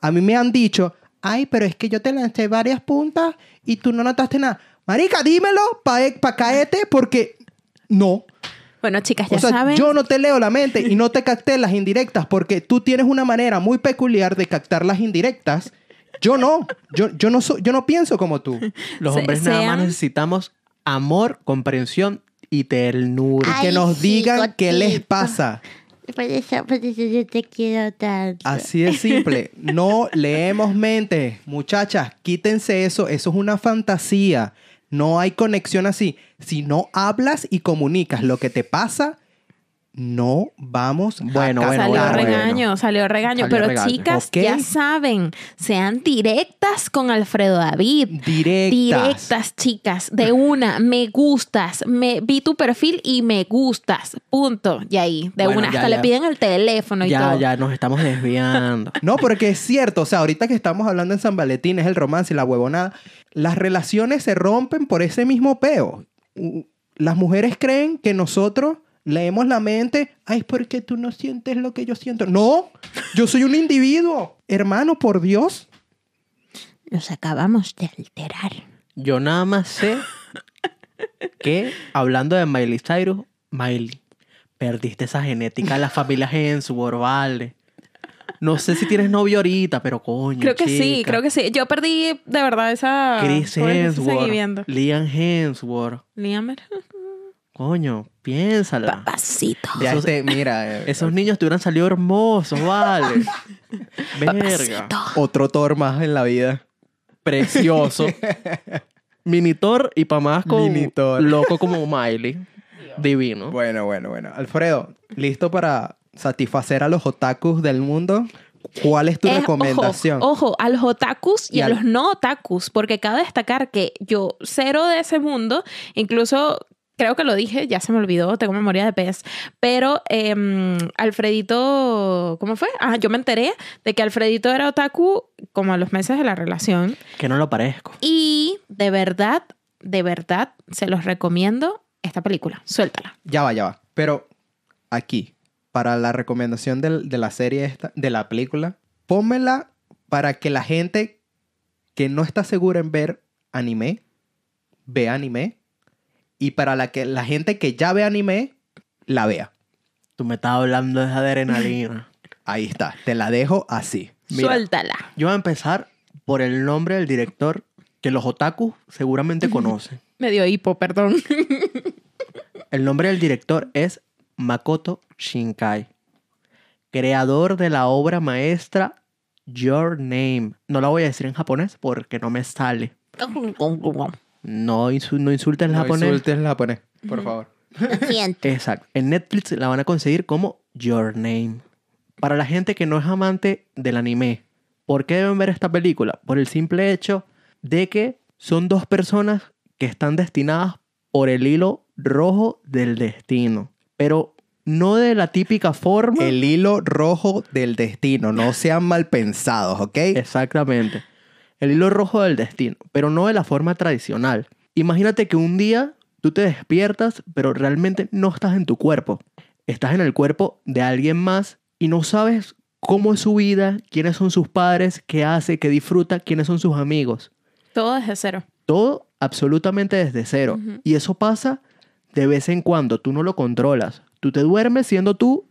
S3: A mí me han dicho, ay, pero es que yo te lancé varias puntas y tú no notaste nada. Marica, dímelo para caerte porque no.
S4: Bueno, chicas, ya
S3: O sea,
S4: saben.
S3: yo no te leo la mente y no te capté las indirectas porque tú tienes una manera muy peculiar de captar las indirectas. Yo no, yo, yo, no, so- yo no pienso como tú.
S2: Los
S4: Se-
S2: hombres nada más
S4: sean-
S2: necesitamos amor, comprensión y
S4: Ah,
S2: ternura.
S1: Ay,
S3: que nos
S1: sí,
S3: digan qué les
S1: gotita.
S3: pasa.
S1: Por eso, por eso yo te quiero tanto.
S3: Así de simple. No leemos mentes. Muchachas, quítense eso. Eso es una fantasía. No hay conexión así. Si no hablas y comunicas lo que te pasa, no vamos
S2: Bueno,
S3: a
S2: bueno,
S4: salió
S2: bueno,
S3: captar.
S4: regaño, salió regaño.
S2: Salió
S4: pero
S2: regaño.
S4: chicas,
S3: Ok.
S4: ya saben, sean directas con Alfredo David.
S3: Directas.
S4: Directas, chicas, de una, me gustas, me vi tu perfil y me gustas, punto. Y ahí, de
S2: Bueno,
S4: una,
S2: ya,
S4: hasta
S2: ya.
S4: le piden el teléfono y
S2: Ya,
S4: todo.
S2: ya, nos estamos desviando.
S3: No, porque es cierto, o sea, ahorita que estamos hablando en San Valentín, es el romance y la huevonada, las relaciones se rompen por ese mismo peo. U- Las mujeres creen que nosotros leemos la mente, ay, es porque tú no sientes lo que yo siento. No, yo soy un individuo. Hermano, por Dios,
S1: Nos acabamos de alterar.
S2: Yo nada más sé que hablando de Miley Cyrus, Miley, perdiste esa genética de la familia Hensu, Orvalde. No sé si tienes novio ahorita, pero coño.
S4: Creo que sí,
S2: chica.
S4: creo que sí. Yo perdí de verdad esa.
S2: Chris
S4: ¿cómo es que se seguí
S2: Hemsworth,
S4: viendo?
S2: Liam Hemsworth.
S4: Liam era-
S2: Coño, piénsala.
S1: Papacito.
S3: ya
S2: Esos-
S3: este, mira, eh,
S2: Esos niños te hubieran salido hermosos, vale. Verga.
S1: Papacito.
S3: otro Thor más en la vida.
S2: Precioso. Minitor y pa' más con
S3: Minitor.
S2: loco como Miley. Divino.
S3: Bueno, bueno, bueno. Alfredo, ¿listo para satisfacer a los otakus del mundo? ¿Cuál es tu
S4: Es-
S3: recomendación?
S4: Ojo, ojo, a los otakus y,
S3: Y
S4: a
S3: al-
S4: los no otakus, porque cabe destacar que yo cero de ese mundo, incluso creo que lo dije, ya se me olvidó, tengo memoria de pez, pero em, Alfredito, ¿cómo fue? Ah, yo me enteré de que Alfredito era otaku como a los meses de la relación
S2: Que no lo parezco.
S4: y de verdad, de verdad, se los recomiendo esta película, suéltala.
S3: Ya va, ya va. Pero aquí, para la recomendación del- de la serie esta, de la película, pónmela para que la gente que no está segura en ver anime, vea anime. Y para la, que, la gente que ya ve anime, la vea.
S2: Tú me estás hablando de esa adrenalina.
S3: Ahí está, te la dejo así.
S2: Mira.
S4: Suéltala.
S2: Yo voy a empezar por el nombre del director que los otakus seguramente conocen.
S4: Me dio hipo, perdón.
S2: El nombre del director es Makoto Shinkai, creador de la obra maestra Your Name. No la voy a decir en japonés porque no me sale. No, insu- no insultes el
S3: No
S2: japonés.
S3: insultes el japonés, por favor.
S1: Lo siento.
S2: Exacto. En Netflix la van a conseguir como Your Name. Para la gente que no es amante del anime, ¿por qué deben ver esta película? Por el simple hecho de que son dos personas que están destinadas por el hilo rojo del destino. Pero no de la típica forma.
S3: El hilo rojo del destino, no sean mal pensados, ¿ok?
S2: Exactamente. El hilo rojo del destino, pero no de la forma tradicional. Imagínate que un día tú te despiertas, pero realmente no estás en tu cuerpo. Estás en el cuerpo de alguien más y no sabes cómo es su vida, quiénes son sus padres, qué hace, qué disfruta, quiénes son sus amigos.
S4: Todo desde cero.
S2: Todo absolutamente desde cero.
S4: Ujú.
S2: Y eso pasa de vez en cuando, tú no lo controlas. Tú te duermes siendo tú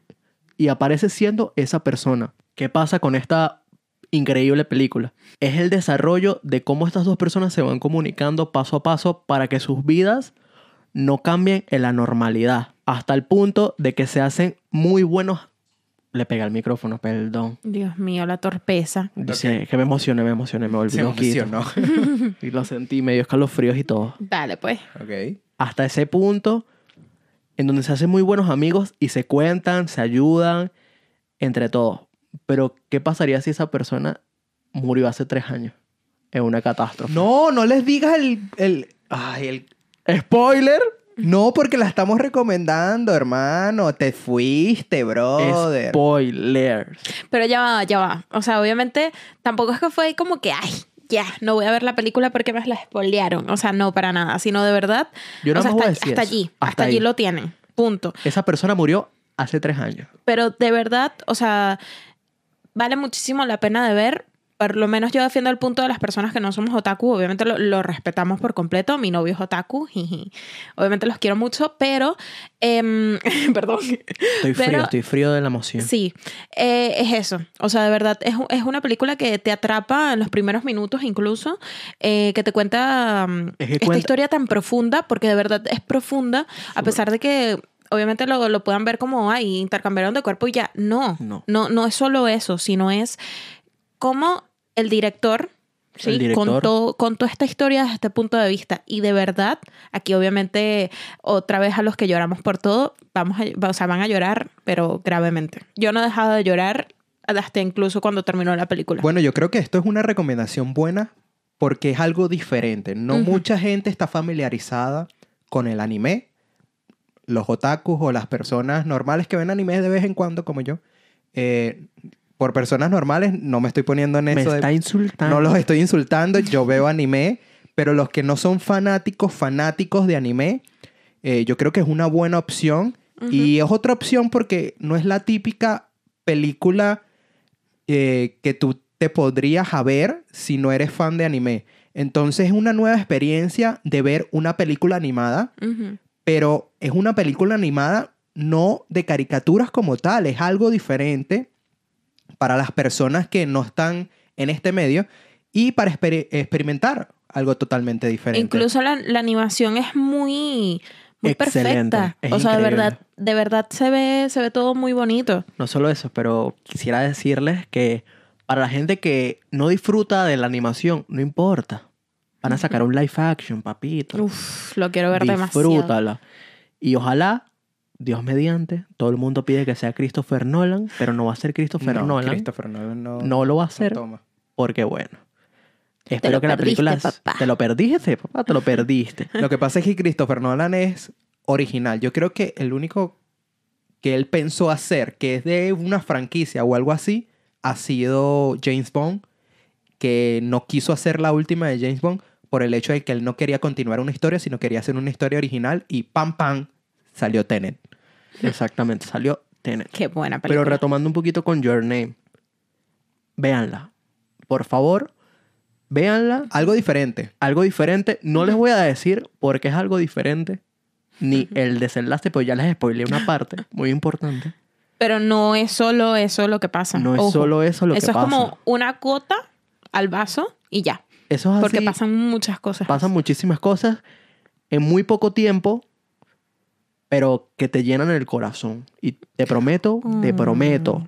S2: y apareces siendo esa persona. ¿Qué pasa con esta increíble película? Es el desarrollo de cómo estas dos personas se van comunicando paso a paso para que sus vidas no cambien en la normalidad. hasta el punto de que se hacen muy buenos. Le pega el micrófono, perdón.
S4: Dios mío, la torpeza.
S2: Dice que me emocioné, me emocioné, me volví
S3: Se
S2: loquito.
S3: emocionó.
S2: Y lo sentí medio escalofríos y todo.
S4: Dale, pues.
S3: ok.
S2: Hasta ese punto en donde se hacen muy buenos amigos y se cuentan, se ayudan entre todos. Pero, ¿qué pasaría si esa persona murió hace tres años en una catástrofe?
S3: No, no les digas el, el- Ay, el...
S2: ¡Spoiler!
S3: No, porque la estamos recomendando, hermano. Te fuiste, brother.
S2: Spoilers.
S4: Pero ya va, ya va. O sea, obviamente tampoco es que fue como que, ay, ya, no voy a ver la película porque me la spoilearon. O sea, no para nada, sino de verdad.
S2: Yo nada
S4: o sea,
S2: más voy
S4: hasta,
S2: a decir
S4: hasta
S2: eso.
S4: allí,
S2: Hasta
S4: hasta, allí
S2: ahí.
S4: lo tienen. Punto.
S2: Esa persona murió hace tres años.
S4: Pero de verdad, o sea, vale muchísimo la pena de ver. Por lo menos yo defiendo el punto de las personas que no somos otaku. Obviamente lo, lo respetamos por completo. Mi novio es otaku. jiji. Obviamente los quiero mucho, pero... em, perdón.
S2: Estoy frío,
S4: Pero-
S2: estoy frío de la emoción.
S4: Sí, eh, es eso. O sea, de verdad, es, u- es una película que te atrapa en los primeros minutos incluso, eh, que te cuenta mm,
S2: Es que
S4: esta
S2: cuenta-
S4: historia tan profunda, porque de verdad es profunda, a pesar de que obviamente lo, lo puedan ver como, ay, intercambiaron de cuerpo y ya. No,
S2: No.
S4: no, no, es solo eso, sino es cómo el director... Sí,
S2: El director.
S4: Contó, contó esta historia desde este punto de vista. Y de verdad, aquí obviamente otra vez a los que lloramos por todo, vamos a, va- o sea, van a llorar, pero gravemente. Yo no he dejado de llorar hasta incluso cuando terminó la película.
S3: Bueno, yo creo que esto es una recomendación buena porque es algo diferente. No
S4: Ujú.
S3: mucha gente está familiarizada con el anime. Los otakus o las personas normales que ven anime de vez en cuando, como yo. Eh, por personas normales, no me estoy poniendo en
S2: Me
S3: eso. de-
S2: está insultando.
S3: no los estoy insultando, yo veo anime, pero los que no son fanáticos, fanáticos de anime, eh, yo creo que es una buena opción. Y es otra opción porque no es la típica película eh, que tú te podrías a ver si no eres fan de anime. Entonces es una nueva experiencia de ver una película animada,
S4: Ujú.
S3: pero es una película animada no de caricaturas como tal, es algo diferente para las personas que no están en este medio y para exper- experimentar algo totalmente diferente.
S4: Incluso la, la animación es muy, muy
S2: Excelente,
S4: perfecta.
S2: es
S4: o sea, de
S2: increíble.
S4: verdad, de verdad se ve, se ve todo muy bonito.
S2: No solo eso, pero quisiera decirles que para la gente que no disfruta de la animación, no importa. Van a sacar un live action, papito.
S4: Uf, lo quiero ver demasiado.
S2: Disfrútala. Y ojalá, Dios mediante, todo el mundo pide que sea Christopher Nolan, pero no va a ser Christopher
S3: No,
S2: Nolan.
S3: Christopher Nolan no,
S2: No lo va a
S3: no
S2: hacer
S3: toma.
S2: porque, bueno. Espero
S1: lo
S2: que la película.
S1: perdiste, papá.
S2: Te lo perdiste, papá, te lo perdiste.
S3: Lo que pasa es que Christopher Nolan es original. Yo creo que el único que él pensó hacer, que es de una franquicia o algo así, ha sido James Bond, que no quiso hacer la última de James Bond por el hecho de que él no quería continuar una historia, sino quería hacer una historia original y pam pam salió Tenet.
S2: Exactamente, salió Tenet.
S4: Qué buena
S2: Pero
S4: película.
S2: retomando un poquito con Your Name, véanla. Por favor, véanla.
S3: Algo diferente.
S2: Algo diferente. No les voy a decir por qué es algo diferente, ni el desenlace, pero ya les spoileé una parte muy importante.
S4: Pero no es solo eso lo que pasa.
S2: No es
S4: Ojo.
S2: solo eso lo
S4: eso
S2: que
S4: es
S2: pasa.
S4: como una cuota al vaso y ya.
S2: Eso es
S4: Porque
S2: así.
S4: pasan muchas cosas.
S2: Pasan muchísimas cosas en muy poco tiempo, pero que te llenan el corazón. Y te prometo, te
S4: Mm.
S2: prometo,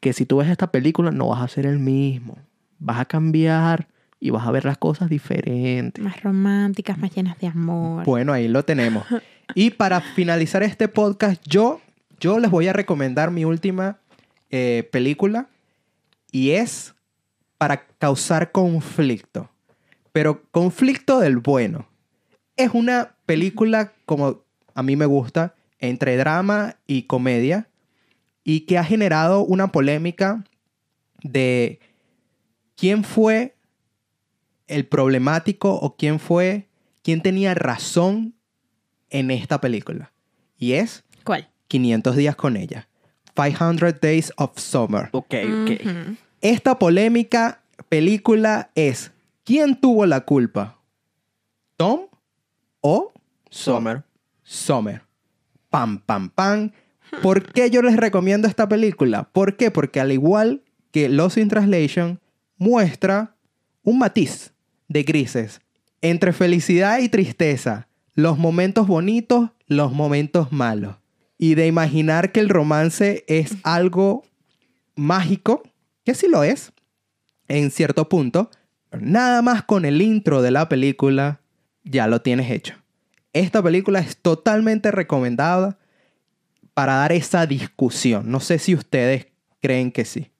S2: que si tú ves esta película no vas a ser el mismo. Vas a cambiar y vas a ver las cosas diferentes.
S4: más románticas, más llenas de amor.
S3: Bueno, ahí lo tenemos. Y para finalizar este podcast, yo, yo les voy a recomendar mi última eh, película y es para causar conflicto, pero conflicto del bueno. Es una película como a mí me gusta, entre drama y comedia, y que ha generado una polémica de quién fue el problemático o quién fue, quién tenía razón en esta película. Y es
S4: ¿Cuál?
S3: 500 días con ella. 500 Days of Summer.
S2: Ok,
S4: Ujú.
S3: Esta polémica película es ¿Quién tuvo la culpa? ¿Tom o
S2: Summer.
S3: Summer? Pam, pam, pam. ¿Por qué yo les recomiendo esta película? ¿Por qué? Porque al igual que Lost in Translation, muestra un matiz de grises entre felicidad y tristeza, los momentos bonitos, los momentos malos. Y de imaginar que el romance es algo mágico, que sí lo es, en cierto punto, nada más con el intro de la película ya lo tienes hecho. Esta película es totalmente recomendada para dar esa discusión. No sé si ustedes creen que sí.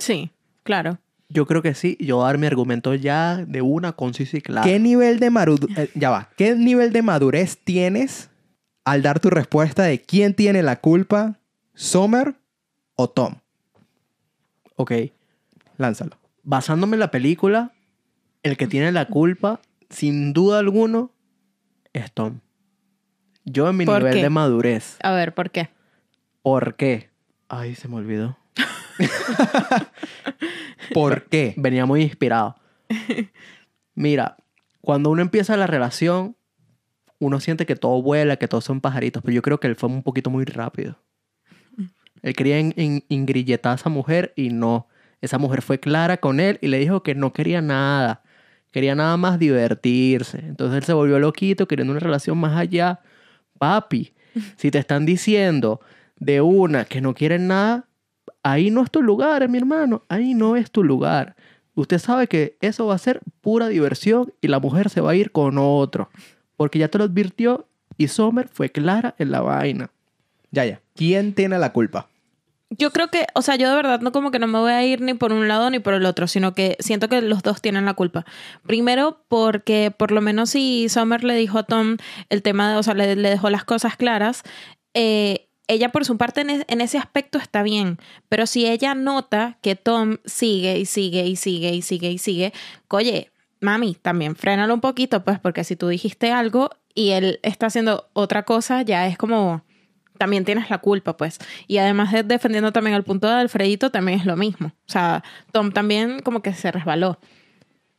S4: Sí, claro.
S2: Yo creo que sí. Yo voy a dar mi argumento ya de una concisa y clara.
S3: ¿Qué nivel de maru- eh, ya va. ¿Qué nivel de madurez tienes al dar tu respuesta de quién tiene la culpa, Summer o Tom?
S2: Ok.
S3: Lánzalo.
S2: Basándome en la película, el que tiene la culpa, sin duda alguno, es Tom. Yo en mi
S4: ¿Por
S2: nivel
S4: qué?
S2: de madurez.
S4: A ver, ¿por qué?
S2: ¿Por qué? Ay, se me olvidó.
S3: ¿Por qué?
S2: Venía muy inspirado. Mira, cuando uno empieza la relación, uno siente que todo vuela, que todos son pajaritos, pero yo creo que él fue un poquito muy rápido. Él quería en- en- engrilletar a esa mujer y no. Esa mujer fue clara con él y le dijo que no quería nada. Quería nada más divertirse. Entonces él se volvió loquito queriendo una relación más allá. Papi, si te están diciendo de una que no quieren nada, ahí no es tu lugar, eh, mi hermano. Ahí no es tu lugar. Usted sabe que eso va a ser pura diversión y la mujer se va a ir con otro. Porque ya te lo advirtió y Sommer fue clara en la vaina.
S3: Ya, ya. ¿Quién tiene la culpa?
S4: Yo creo que, o sea, yo de verdad no como que no me voy a ir ni por un lado ni por el otro, sino que siento que los dos tienen la culpa. Primero, porque por lo menos si Summer le dijo a Tom el tema de, o sea, le, le dejó las cosas claras, eh, ella por su parte en, es- en ese aspecto está bien, pero si ella nota que Tom sigue y sigue y sigue y sigue y sigue, oye, mami, también frénalo un poquito, pues, porque si tú dijiste algo y él está haciendo otra cosa, ya es como también tienes la culpa, pues. Y además de defendiendo también el punto de Alfredito, también es lo mismo. O sea, Tom también como que se resbaló.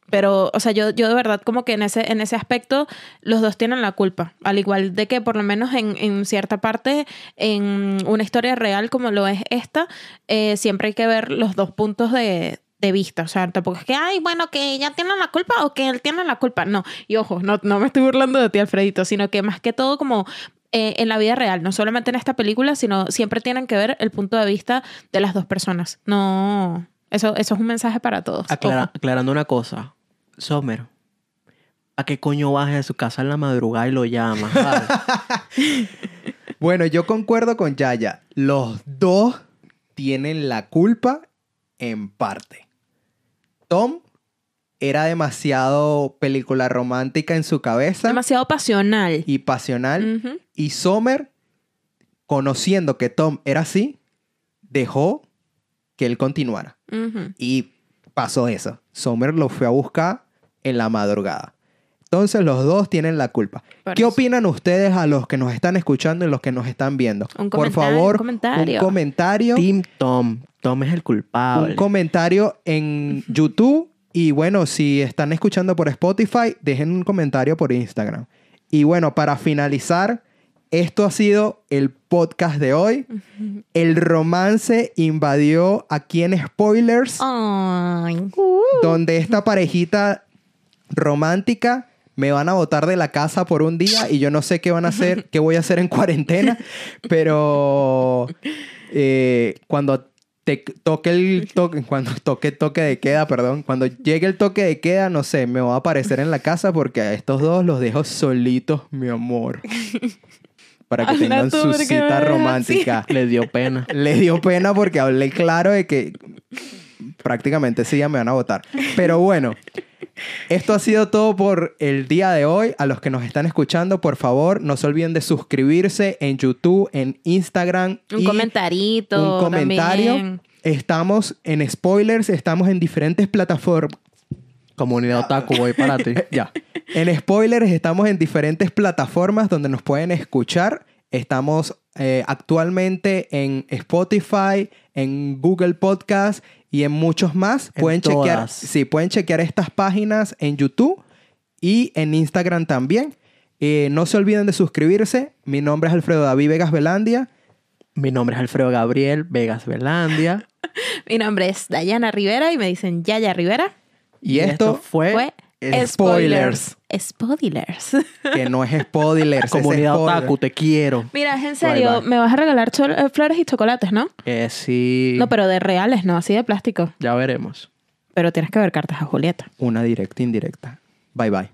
S4: Pero, o sea, yo, yo de verdad como que en ese, en ese aspecto los dos tienen la culpa. Al igual de que por lo menos en, en cierta parte, en una historia real como lo es esta, eh, siempre hay que ver los dos puntos de, de vista. O sea, tampoco es que, ay, bueno, que ella tiene la culpa o que él tiene la culpa. No, y ojo, no, no me estoy burlando de ti, Alfredito, sino que más que todo como eh, en la vida real, no solamente en esta película, sino siempre tienen que ver el punto de vista de las dos personas. No, eso, eso es un mensaje para todos.
S2: Aclara-
S4: Ojo.
S2: aclarando una cosa. Sommer, ¿a qué coño vas de su casa en la madrugada y lo llamas? vale?
S3: Bueno, yo concuerdo con Yaya. Los dos tienen la culpa en parte. Tom era demasiado película romántica en su cabeza
S4: Demasiado pasional.
S3: y pasional.
S4: Ujú.
S3: Y Sommer, conociendo que Tom era así, dejó que él continuara.
S4: Ujú.
S3: Y pasó eso. Sommer lo fue a buscar en la madrugada. Entonces los dos tienen la culpa.
S4: Por
S3: ¿Qué
S4: eso.
S3: opinan ustedes a los que nos están escuchando y los que nos están viendo?
S4: Un
S3: Por
S4: comentario,
S3: favor,
S4: un comentario.
S3: un comentario,
S2: Team Tom. Tom es el
S3: un
S2: culpable.
S3: comentario en YouTube y bueno, si están escuchando por Spotify, dejen un comentario por Instagram. Y bueno, para finalizar, esto ha sido el podcast de hoy. El romance invadió aquí en Spoilers
S1: Ay.
S4: Uh,
S3: donde esta parejita romántica me van a botar de la casa por un día y yo no sé qué van a hacer, qué voy a hacer en cuarentena, pero eh, cuando te toque el toque, cuando toque toque de queda, perdón, cuando llegue el toque de queda, no sé, me va a aparecer en la casa porque a estos dos los dejo solitos, mi amor, para que
S4: Habla
S3: tengan
S4: tú,
S3: su
S4: porque me
S3: cita
S4: ves así.
S3: romántica.
S2: Le dio pena.
S3: Le dio pena porque hablé claro de que prácticamente sí ya me van a votar. Pero bueno, esto ha sido todo por el día de hoy. A los que nos están escuchando, por favor, no se olviden de suscribirse en YouTube, en Instagram.
S4: Un
S3: y
S4: comentarito.
S3: un comentario.
S4: también.
S3: Estamos en spoilers, estamos en diferentes plataformas.
S2: Comunidad otaku, voy para ti.
S3: Ya. En spoilers estamos en diferentes plataformas donde nos pueden escuchar. Estamos eh, actualmente en Spotify, en Google Podcast y en muchos más.
S2: En
S3: pueden chequear,
S2: todas.
S3: sí, pueden chequear estas páginas en YouTube y en Instagram también. Eh, no se olviden de suscribirse. Mi nombre es Alfredo David Vegas Velandia.
S2: Mi nombre es Alfredo Gabriel, Vegas Velandia.
S4: Mi nombre es Dayana Rivera y me dicen Yaya Rivera.
S3: Y, esto
S2: fue
S4: Fue
S3: Eh, Spoilers.
S4: Spoilers.
S3: Que no es spoilers. es
S2: Comunidad
S3: spoiler.
S2: Otaku, te quiero.
S4: Mira, es en
S3: Bye,
S4: serio,
S3: bye.
S4: me vas a regalar chol- eh, flores y chocolates, ¿no?
S2: Eh, sí.
S4: No, pero de reales, no, así de plástico.
S2: Ya veremos.
S4: Pero tienes que ver cartas a Julieta.
S3: Una directa indirecta. Bye bye.